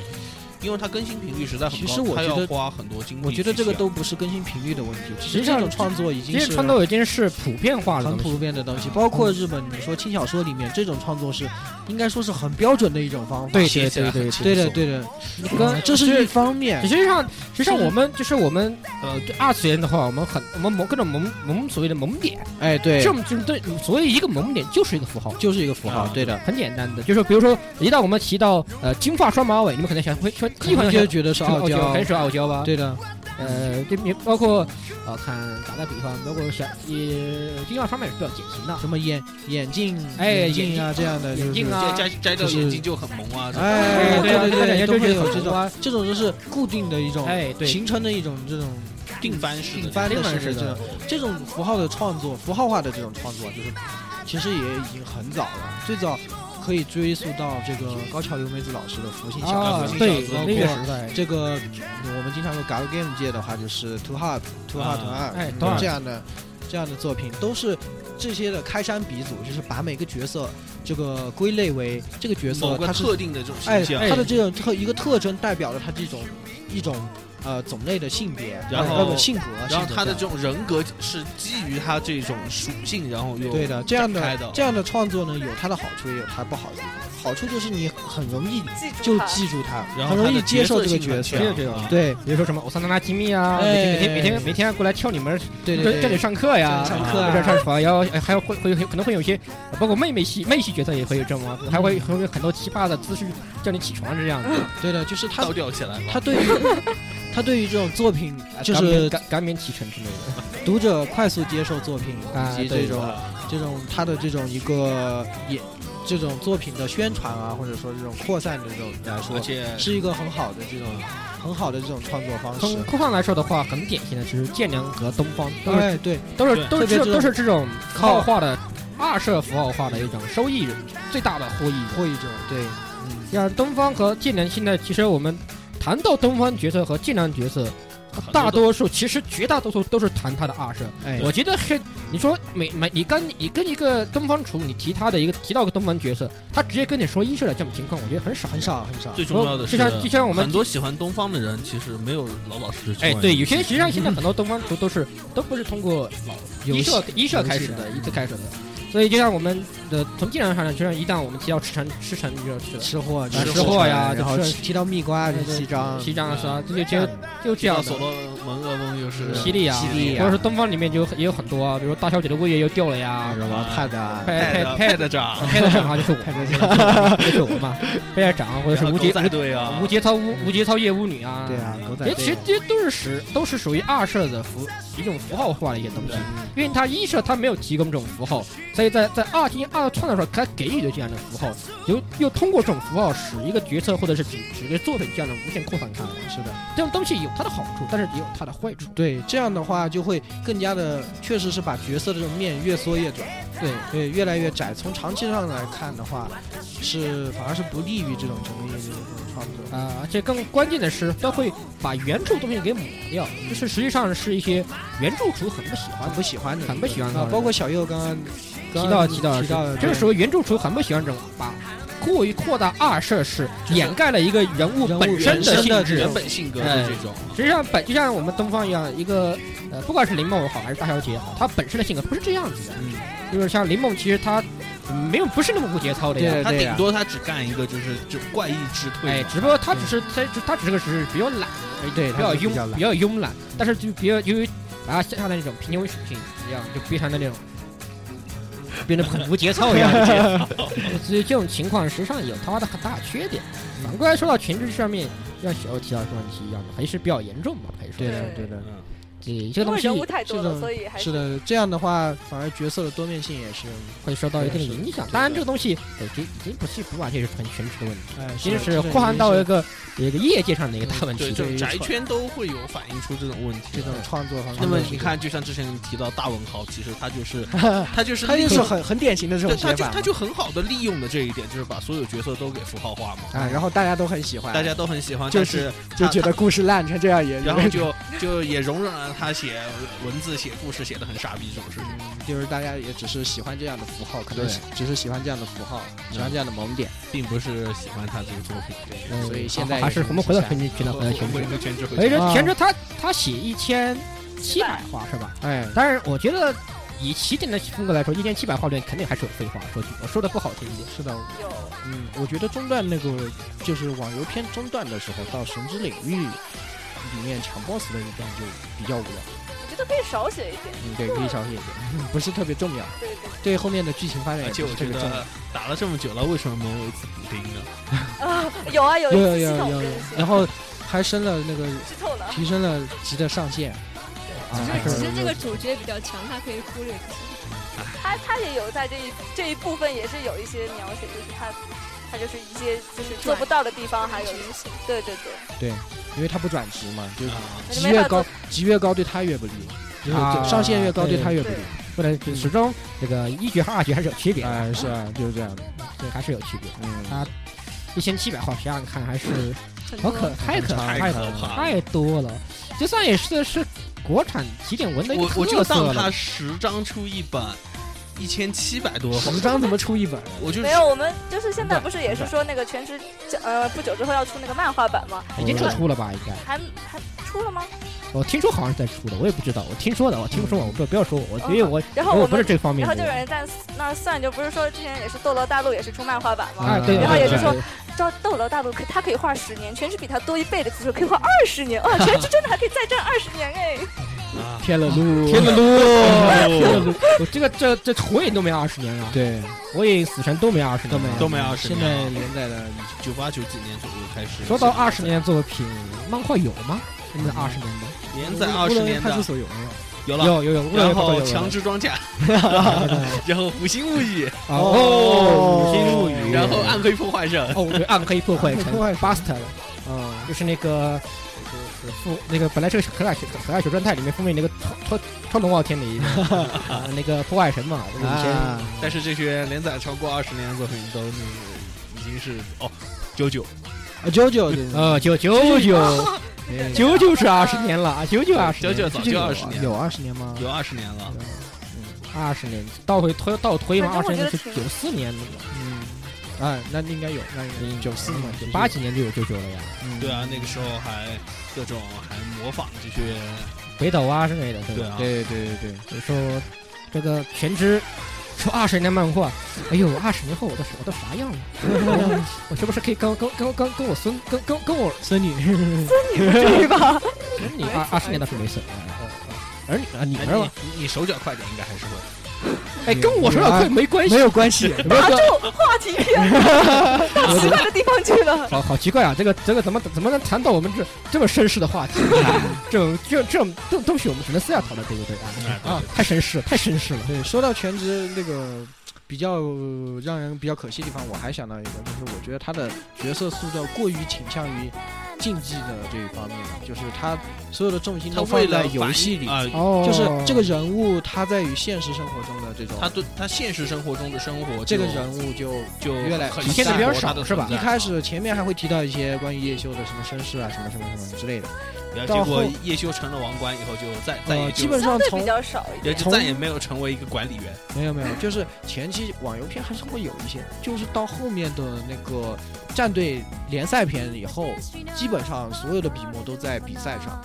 因为他更新频率实在很其高，实我他觉要得花很多精力去写。我觉得这个都不是更新频率的问题，只实际是上这种创作已经这些是嗯创作已经是普遍化的很东西普遍的东西。包括日本，你说轻小说里面这种创作是应该说是很标准的一种方法。对写对起对来很对轻对的松对的，你跟这是一方面实，际上，实际上是我们就是我们呃，对二次元的话，我们很我们某各种萌我们所谓的萌点，哎对这，种就是对所谓一个萌点就是一个符号，就是一个符号，啊对的。很简单的，就是比如说一旦我们提到呃金发双马尾，你们可能想会说第一可款能就觉得是是哦傲傲娇娇，很，是傲娇吧？对的，呃，对你包括呃看打个比方，包括小呃金发双马尾是比较典型的，什么眼眼镜、哎眼镜啊这样的，眼就镜是啊摘摘摘掉就是眼镜就很萌啊，这种哎，对啊对看起来对，就都会是有很这萌啊种，这种就是固定的一种，哎对形成的一种这种定番式的定番定番的式式的这种这种符号的创作，符号化的这种创作，就是其实也已经很早了，最早可以追溯到这个高桥由美子老师的《福星小啊子》小对子那个时代，这个我们经常说 g a l game 界的话，就是 Two Heart、Two Heart、Two 啊 Heart，哎嗯，Two Heart 这样的这样的作品都是这些的开山鼻祖，就是把每个角色这个归类为这个角某色个它是特定的这种哎形象，它的这种特一个特征代表了它这种一种呃种类的性别，然后呃不性格，然后性格他的这这样种人格是基于他这种属性，然后又对的这样展开的的这样的创作呢，有它的好处，也有它不好的地方。好处就是你很容易记住就他，记住它，然后很容它的易接受这个角色角色性，很这强种啊对比如说什么欧桑娜拉基密啊，每天哎每天每天每天过来跳你们对对跟对，这里上课呀，上课啊这上房，然后哎还有会会会可能会有一些，包括妹妹系妹系角色也会有这种啊，嗯还会会有很多奇葩的姿势叫你起床是这样的，对的，就是它倒吊起来了。他对于他对于这种作品，啊 就赶是免赶赶免启程之类的，读者快速接受作品啊以及这种啊这种他的这种一个也这种作品的宣传啊，或者说这种扩散的这种来而说，且是一个很好的这种很好的这种创作方式从。科幻来说的话，很典型的就是剑娘和东方都是哎，对，都是对都是特别这这都种是这种符号化的二社符号化的一种收益最大的获益。会一种对，嗯，像东方和剑娘现在其实我们谈到东方角色和剑娘角色，大多数其实绝大多数都是谈他的二社。哎，我觉得是你说每每你跟你跟一个东方厨，你提他的一个提到个东方角色，他直接跟你说一社的这种情况，我觉得很少很。少很少。最重要的就是，像就像我们很多喜欢东方的人，其实没有老老实实去玩哎游，戏。对，有些实际上现在很多东方厨都是都不是通过游一戏社一社开始的，一次开始的，所以就像我们的从技能上讲，就像一旦我们提到赤城赤城就是了，吃货，吃就是吃货货呀然后就是提到蜜瓜、对对西装、西藏是吧？这就就就这这样样所的。罗门噩梦又是犀利啊，犀利或啊者是东方里面就有也有很多啊，比如说大小姐的胃液又掉了呀， 什么帕达，派派派的长，派的长啊就是派我，的就是我嘛，派的长或者是然后无节狗仔队啊无，节操巫无节操夜巫女啊，对啊，狗仔哎，其实队，这都是实，都是属于二社的符一种符号化的一些东西，因为它一社它没有提供这种符号，所以在在二进行二创的时候，它给予了这样的符号，又又通过这种符号使一个角色或者是指指一个作品这样的无限扩散开来。啊是的。这种东西有它的好处，但是也有它的坏处。对，这样的话就会更加的，确实是把角色的这种面越缩越短，对，对，越来越窄。从长期上来看的话，是反而是不利于这种成立这种创作。啊，而且更关键的是，它会把原著东西给抹掉，就是实际上是一些原著主很不喜欢很不喜欢的，很不喜欢的啊，包括小右刚刚提刚到刚提到的提是到的，这个时候原著厨很不喜欢这种把过于扩大二设施，掩盖了一个人物人物本身本身性的质原。本性格哎是这种，实际上本就像我们东方一样，一个呃，不管是林梦也好，还是大小姐也好，她本身的性格不是这样子的。嗯就是像林梦，其实她嗯没有不是那么不节操的呀。对他对顶呀多他只干一个就是就怪异之哎退，嘛，只不过她只是她她只是个只是比较懒，对，比较比慵较比懒，较慵懒，但是就比较由于把她身上的那种平庸属性一样，就非常的那种。变得很无节操一样的节操，所以这种情况实际上有它的很大缺点。反过来说到全职上面，像小欧提到的问题一样的，还是比较严重吧，还是说对的对对的。嗯这这个因东为西人物太多是了，的所以还是的，这样的话反而角色的多面性也是，会受到一定的影响。当然，这个东西呃已经已经不是不完全是很全职的问题，哎，其实的是这种扩散也到是一个一个业界上的一个大问嗯对，题。这种对宅圈都会有反映出这种问题这的。种创作方面。那么你，看，就像之前你提到大文豪，其实他就是他就是他利就是用很很典型的这对，种他写就法他嘛就很好的利用了这一点，就是把所有角色都给符号化嘛，啊，然后大家都很喜欢，大家都很喜欢，就但是是就他觉得故事烂成这样也，然后就就也容忍了他写文字、写故事写的很傻逼这种事情。就是大家也只是喜欢这样的符号，可能对只是喜欢这样的符号，喜欢这样的萌点，并不是喜欢他这个作品。嗯所以好现在还是我们回到全职去了，我回到全职哎我。我全职会所以全职说啊全职他他写一千七百话是吧？哎，当然，我觉得以起点的风格来说，一千七百话里面肯定还是有废话。说句我说的不好听一点，是的，有嗯，我觉得中段那个就是网游片中段的时候，到神之领域里面抢 BOSS 的一段就比较无聊，我觉得可以少写一点。嗯，对，可以少写一点，嗯 不是特别重要，对对对后面的剧情发展也而且不我是特觉别重要得。打了这么久了，为什么没有一次补丁呢？啊，有啊有有一有次系有统有更有，新，然后还升了那个剧透呢。提升了级的上限，嗯啊就哎是其实这个主角比较强，他可以忽略。他他也有在这一这一部分也是有一些描写，就是他他就是一些就是做不到的地方，还有一些对对对，因为他不转职嘛，就是啊，那就级嗯没越法高做，级越高对他越不利，就是啊上限越高对哎他越不对利，不能就始终这个一局和二局还是有区别的，哎，是啊，就是这样的，对，还是有区别。嗯，啊一千七百话，想想看，还是很好多可太可太太嗯可怕了太多了。就算也是是国产起点文的一个我我就特色当了他。十张出一本，一千七百多号十，张怎么出一本？我就没有，我们就是现在不是也是说那个全职呃不久之后要出那个漫画版吗？已经出了吧？应该，还还出了吗？我听说好像是在出了，我也不知道，我听说的，我听说，我不不要说我，嗯因为我因然后为我我不是们这方面然后的就有人。人在那儿算，就不是说之前也是《斗罗大陆》也是出漫画版吗？嗯哎，对，然后也是对说对照《斗罗大陆》可他可以画十年，全职比他多一倍的次数可以画二十年，哇，全职真的还可以再战二十年哎！啊，天了噜，天了噜，天了噜！我这个这这火影都没二十年了，对，火影、死神都没二十年了，都没二十现年在了连载的九八九几年左右开始。说到二十年的作品，漫画有吗？真的二十年的？连载二十年派出的所有没有？有了，有有有，然后强强制制装甲，然后虎星物语，哦，五星哎物语，然后暗黑破坏神， 哦对，暗黑破坏暗神黑 破坏神 Buster，啊，就是那个就是负那个本来是个可爱小可爱小正太里面封面那个超超超龙傲天的 一个啊那个破坏神嘛，就是以前啊但是这些连载超过二十年的作品都是已经是哦九九，九九的呃九九九 哎九九是二十年了啊，九九二十年，九九早这就个二十年了，有二十年吗？有二十年了。二十年倒回推倒推嘛，二反十正年我觉得是挺九四年那个嗯，啊，那应该有，那应该九四嘛，九八，几年就有九九了呀，嗯嗯对啊，那个时候还各种还模仿这些，北斗啊之类的，对对吧？啊，对对对对，所以说这个全职说二十年漫画，哎呦，二十年后我都我都啥样了？ 我是不是可以跟跟跟跟跟我孙跟跟跟我孙女，对吧？你二二十年倒哎是没事，儿女啊，女哎儿嘛，你你你手脚快点应该还是会。哎，跟我说的快没关系没，有关系，没有打关住，啊话题偏到奇怪的地方去 了。 好好奇怪啊，这个这个怎么怎么能谈到我们这这么绅士的话 题？这种这种这种这种东西我们只能私下讨论，对不对啊？啊，太绅士了，太绅士了。对，说到全职那个比较让人比较可惜的地方，我还想到一个，就是我觉得他的角色塑造过于倾向于竞技的这一方面，就是他所有的重心他都为放在了游戏里，啊，哦，就是这个人物他在与现实生活中的这种，他对他现实生活中的生活就，这个人物就就越来很体现得淡比较薄他少的是吧存在一啊开始前面还会提到一些关于叶修的什么身世啊，什么什么什么之类的，然后到结后果叶修成了王冠以后，就再再也呃，就基本相上对从比较少一点。也就从再也没有成为一个管理员。没有没有，就是前期网游片还是会有一些，就是到后面的那个战队联赛片以后，基本上所有的笔墨都在比赛上，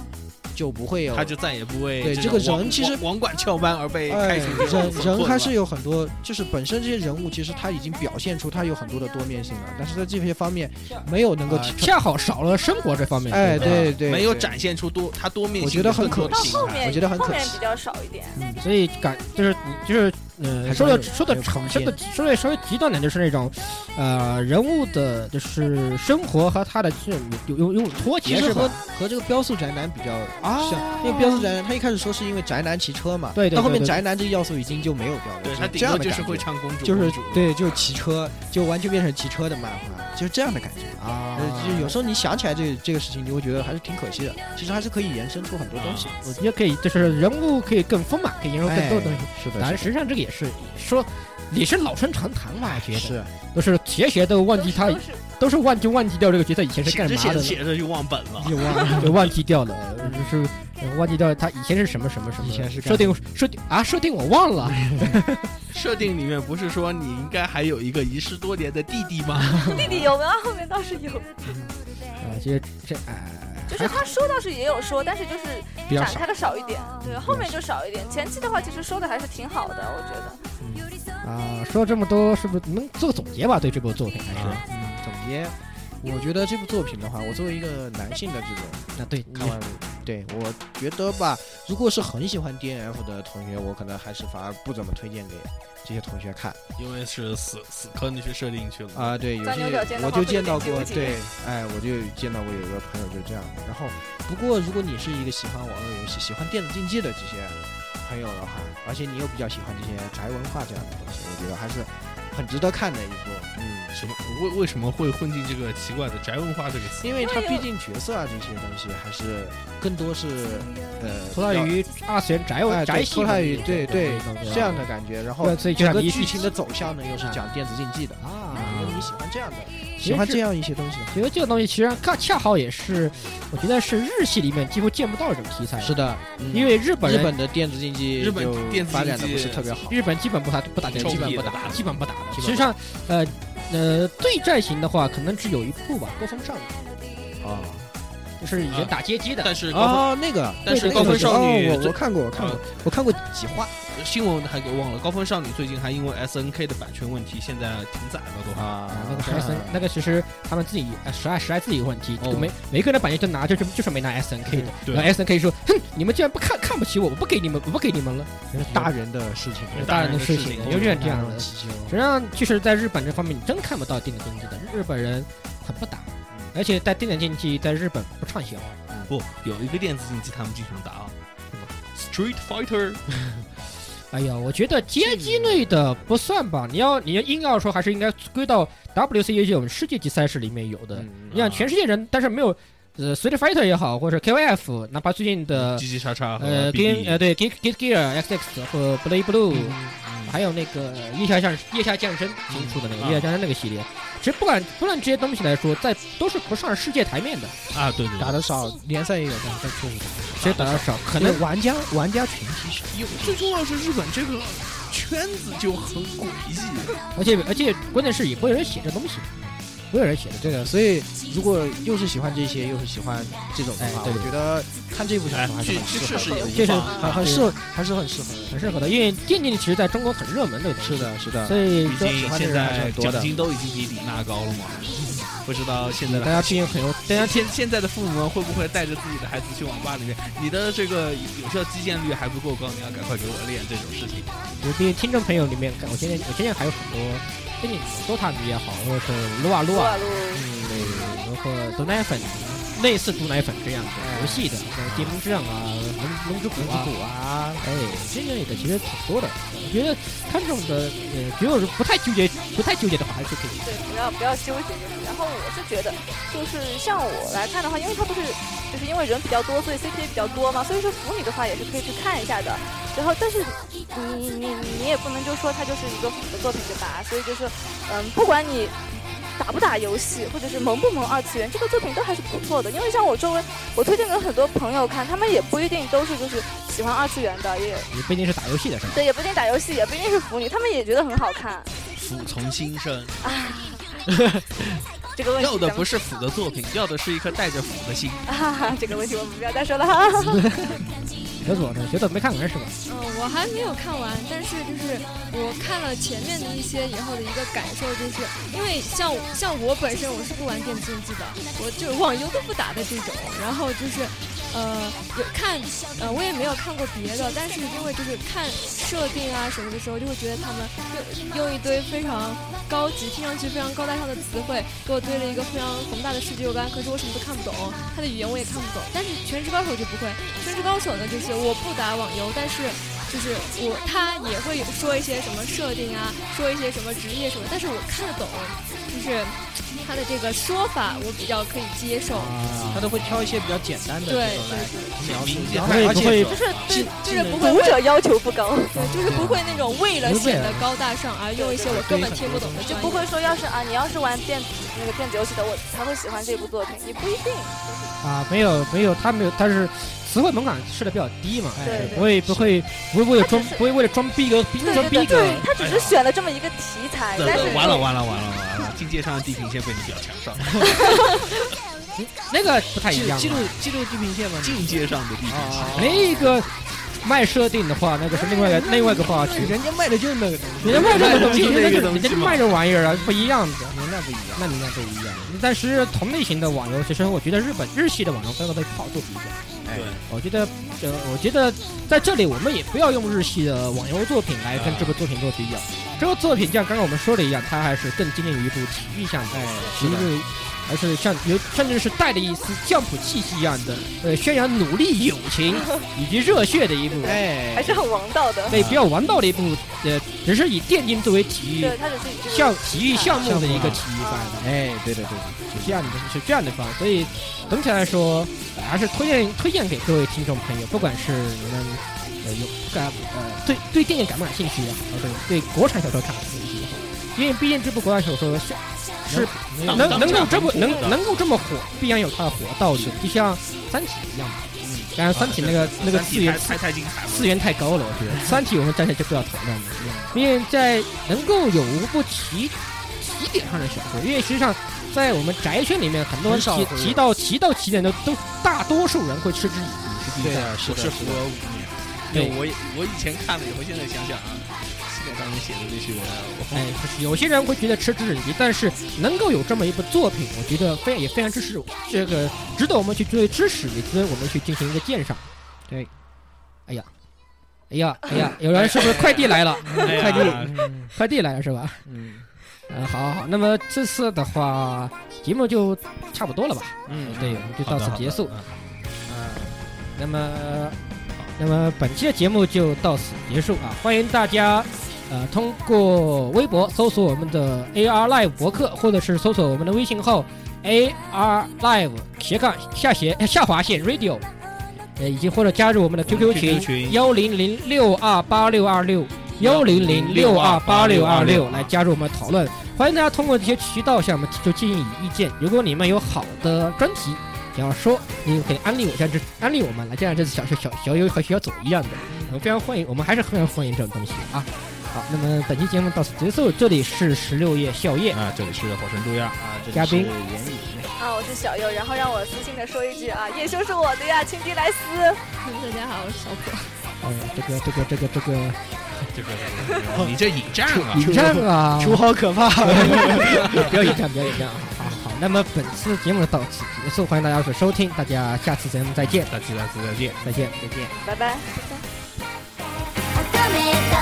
就不会有他就再也不为对这这个种人王其实王王管翘班而被开哎除这种人所困人了还是有很多，就是本身这些人物其实他已经表现出他有很多的多面性了，但是在这些方面没有能够啊体现。恰好少了生活这方面。哎吧对对没有展现出多他多面性，我觉得很可可惜惜。后面我觉得很后可面惜比较少一点，嗯所以感就是你就是还呃，是说有的说有的空长，说的间说的稍微极端点，就是那种，呃，人物的就是生活和他的这种有有有种脱其节实是和吧？和这个标速宅男比较啊像，因为标速宅男他一开始说是因为宅男骑车嘛，对对对到后面对宅男这个要素已经就没有掉了，对就他这顶样多的就是感会觉唱公主，就是公主对，就骑车，就完全变成骑车的漫画，就是这样的感觉。啊呃，就有时候你想起来这这个事情，你会觉得还是挺可惜的。其实还是可以延伸出很多东西。我觉得可以，就是人物可以更丰满，可以融入更多东西。哎是的，当然，是实际上这个也是说，也是老生常谈吧，我的觉得是啊都是学学都忘都记是他都，是都是忘记忘记掉这个角色以前是写干着嘛写的着了，写着就忘本 了。有啊，就忘记掉了，呃就是呃忘记掉他以前是什么什么什么，以前是干设定设定啊设定我忘 了，设定里面不是说你应该还有一个遗失多年的弟弟吗？啊弟弟有没有？后面倒是有，啊，其实这哎。就是他说倒是也有说，但是就是比较展少。开的少一点，对，后面就少一点。前期的话，其实说的还是挺好的，我觉得。啊，说了这么多，是不是你们做个总结吧？对这部作品还是？啊嗯，总结，我觉得这部作品的话，我作为一个男性的这种啊，对，看完，对我觉得吧，如果是很喜欢 D N F 的同学，我可能还是反而不怎么推荐给这些同学看。因为是死死磕那些设定去了。啊，对，有钻些牛角尖的我话就会见有到点过，纠结对，哎，我就见到过有一个朋友就这样。然后，不过如果你是一个喜欢网络游戏、喜欢电子竞技的这些朋友的话，而且你又比较喜欢这些宅文化这样的东西，我觉得还是很值得看的一部。嗯，什么为为什么会混进这个奇怪的宅文化这个 词？因为它毕竟角色啊这些东西还是更多是嗯呃脱胎比较于二次元宅哎宅对系脱胎于的对对对这样的感觉，然后对，所以就整像个你剧情的走向呢又是讲电子竞技的。啊，如果你喜欢这样的，喜欢这样一些东西的话，觉得这个东西其实恰恰好也是，我觉得是日系里面几乎见不到这种题材，是的，嗯因为日本日人本的电子竞技日本就电子竞技发展的不是特别好。日本基本不打不打电臭基本屁不的打，打基本不打的。基本不打实际上，呃呃，对战型的话，可能只有一部吧，高峰少女，啊就是以前打街机的，但是高峰、啊，那个，但是那个高分少女哦我最我看过，我看过，我看过几话新闻还给忘了，高分少女最近还因为 S N K 的版权问题，现在停载了都还。啊啊，那个是 S N，那个其实他们自己呃实爱实爱自己有问题，就没每个人的版权就拿就是就是没拿 S N K 的，对然后 S N K 说，哼，你们竟然不看看不起我，我不给你们，我不给你们了，大人的事情，有大人的事情，有点这样的。实奇迹哦际上，就是在日本这方面，你真看不到电子竞技的，日本人很不打，而且在电子竞技在日本不畅销。不，有一个电子竞技他们经常打啊，Street Fighter。哎呀，我觉得街机类的不算吧，你要你要硬要说，还是应该归到 WCA 这种世界级赛事里面有的。嗯你想全世界人，但是没有呃 Street Fitter 也好，或者 KOF，哪怕最近的叽叽叉叉和呃 BB Game 呃对 Geek Geek Gear XX 和 Play Blue，还嗯有那个呃夜下降夜下降生新出的那个啊夜下降生那个系列，其实不管不论这些东西来说，在都是不上世界台面的，啊，对对打对，的少，联赛也有，但是确实打其实打的少，可因为能玩家玩家群体少。有最重要是日本这个圈子就很诡异，而且而且关键是也不会有人写这东西，不会有人写的。对的，所以如果又是喜欢这些，又是喜欢这种的话，哎对我觉得看哎这部小说还是这很这适确合实也这是无妨。的，很很适合，还是很适合的。很适合的，因为电竞其实在中国很热门的一个东西是，的，是的。所以毕说竟现在奖金都已经比李娜高了嘛，不知道现在大的。家毕竟很有，大家现现在的父母们会不会带着自己的孩子去网吧里面？你的这个有效基建率还不够高，你要赶快给我练这种事情。我对听众朋友里面，我现在我现在还有很多电竞 DOTA 迷也好，或者是撸啊撸撸啊啊撸，包括抖奶粉、类似毒奶粉这样的哎游戏的，像电风扇啊、龙龙之谷啊，谷啊，哎，这类的其实挺多的。我觉得看这种的，呃，只要是不太纠结、不太纠结的话，还是可以。对，不要不要纠结就是。然后我是觉得，就是像我来看的话，因为它不是就是因为人比较多，所以 CP 也比较多嘛，所以说腐女的话也是可以去看一下的。然后，但是你你你你也不能就说它就是一个腐的作品对吧？所以就是，嗯，不管你。打不打游戏，或者是萌不萌二次元，这个作品都还是不错的。因为像我周围，我推荐给很多朋友看，他们也不一定都是就是喜欢二次元的，也也不一定是打游戏的是吧？对，也不一定打游戏，也不一定是腐女，他们也觉得很好看。腐从心生，这个问题要的哎咱们不是腐的作品，要的是一颗带着腐的心。哈哈， 这个问题我们不要再说 了。哈哈小左呢？小左没看完是吧？嗯，我还没有看完，但是就是我看了前面的一些以后的一个感受，就是因为像像我本身我是不玩电子竞技的，我就网游都不打的这种，然后就是呃有看呃我也没有看过别的，但是因为就是看设定啊什么的时候，就会觉得他们用用一堆非常高级、听上去非常高大上的词汇，给我堆了一个非常宏大的世界观，可是我什么都看不懂，他的语言我也看不懂，但是《全职高手》就不会。《全职高手》呢，就是我不打网游，但是就是我他也会有说一些什么设定啊，说一些什么职业什么，但是我看得懂，就是他的这个说法我比较可以接受。啊他都会挑一些比较简单的这对种来描述明一显下，会而不会且就是对，就是不会读为者要求不高，对，就是不会那种为了显得高大上而用一些我根本听不懂的就专业，不会说要是啊，你要是玩电子那个电子游戏的，我才会喜欢这部作品，也不一定。啊，没有没有，他没有，但是词汇门槛设的比较低嘛，哎对不会不会不会为了装他只是不会为了装逼格逼对装逼对格对，，他只是选了这么一个题材，但是哎完了完了完了完了！境界上的地平线被你表强上了，那个不太一样记嘛。记录记录地平线吗？境界上的地平线。那个卖设定的话，那个是另外嗯一个另外一个话题。人家卖的就是那个东西，人家卖这个东西，就那人家个就东西人家就嘛卖这玩意儿啊，不一样的。年代不一样。那你那不一样。但是同类型的网游，其实我觉得日本日系的网游刚刚被泡做比较。对，我觉得，呃，我觉得在这里我们也不要用日系的网游作品来跟这个作品做比啊较。这个作品像刚刚我们说的一样，它还是更接近于一部体育项目，哎体育，而是像有甚至是带着一丝降谱气息一样的，呃，宣扬努力、友 情以及热血的一部，还哎，是很王道的。对，比较王道的一部，呃，只是以电竞作为体育对，他只是以这个项体育项目的一个体育范围。哎，对对对，是这样的，是这样的方，所以总体来说，呃还是推荐推荐给各位听众朋友，不管是你们呃有感呃对对电影感不感兴趣也好，或者对国产小说感不感兴趣也好，因为毕竟这部国产小说是是没有能当能够当这么当能能够这么火，必然有它的火的道理，就像《三体》一样嘛。嗯当然，《三啊体》那个那个次元太太精彩了。次元太高了，我觉得《三体》我们暂时就不要讨论了，因为在能够有无不起起点上的小说，因为实际上在我们宅圈里面，很多人很少提会有提到提到起点的都大多数人会嗤之以鼻，对是啊，是我是的，是服的。了五年。对对，我也我以前看了以后，现在想想啊，基本上你写的那些文案，哎，就是有些人会觉得嗤之以鼻，但是能够有这么一部作品，我觉得非也非常支持我，这个值得我们去作为支持，也值得我们去进行一个鉴赏。对，哎呀，哎呀，哎呀，有人是不是快递来了？哎呀快递，嗯快递来了是吧？嗯嗯，好好好，那么这次的话，节目就差不多了吧？嗯，对，我们就到此结束。嗯。那么，那么本期的节目就到此结束啊！欢迎大家，呃，通过微博搜索我们的 AR Live 博客，或者是搜索我们的微信号 AR Live 斜杠下斜下划线 Radio，呃，以及或者加入我们的 QQ 群群幺零零六二八六二六幺零零六二八六二六来加入我们的讨论。欢迎大家通过这些渠道向我们提出建议与意见。如果你们有好的专题想要说，你可以安利我，像这安利我们来，就像这次小小小小优和小左一样的，我们非常欢迎，我们还是非常欢迎这种东西啊。好，那么本期节目到此结束，这里是十六夜宵夜，啊，这里是火神杜亚，啊，这里嘉是宾言语。啊，我是小右，然后让我私信的说一句啊，叶修是我的呀，情敌莱斯。大家好，我是小火。呃，这个这个这个这个这个你这引战 啊，引战啊，球好可怕！ 不要引战，不要引战啊！好好，那么本次节目到此结束，欢迎大家的收听，大家下次节目再见，大吉大吉再见。再见，再见。拜拜。乙女と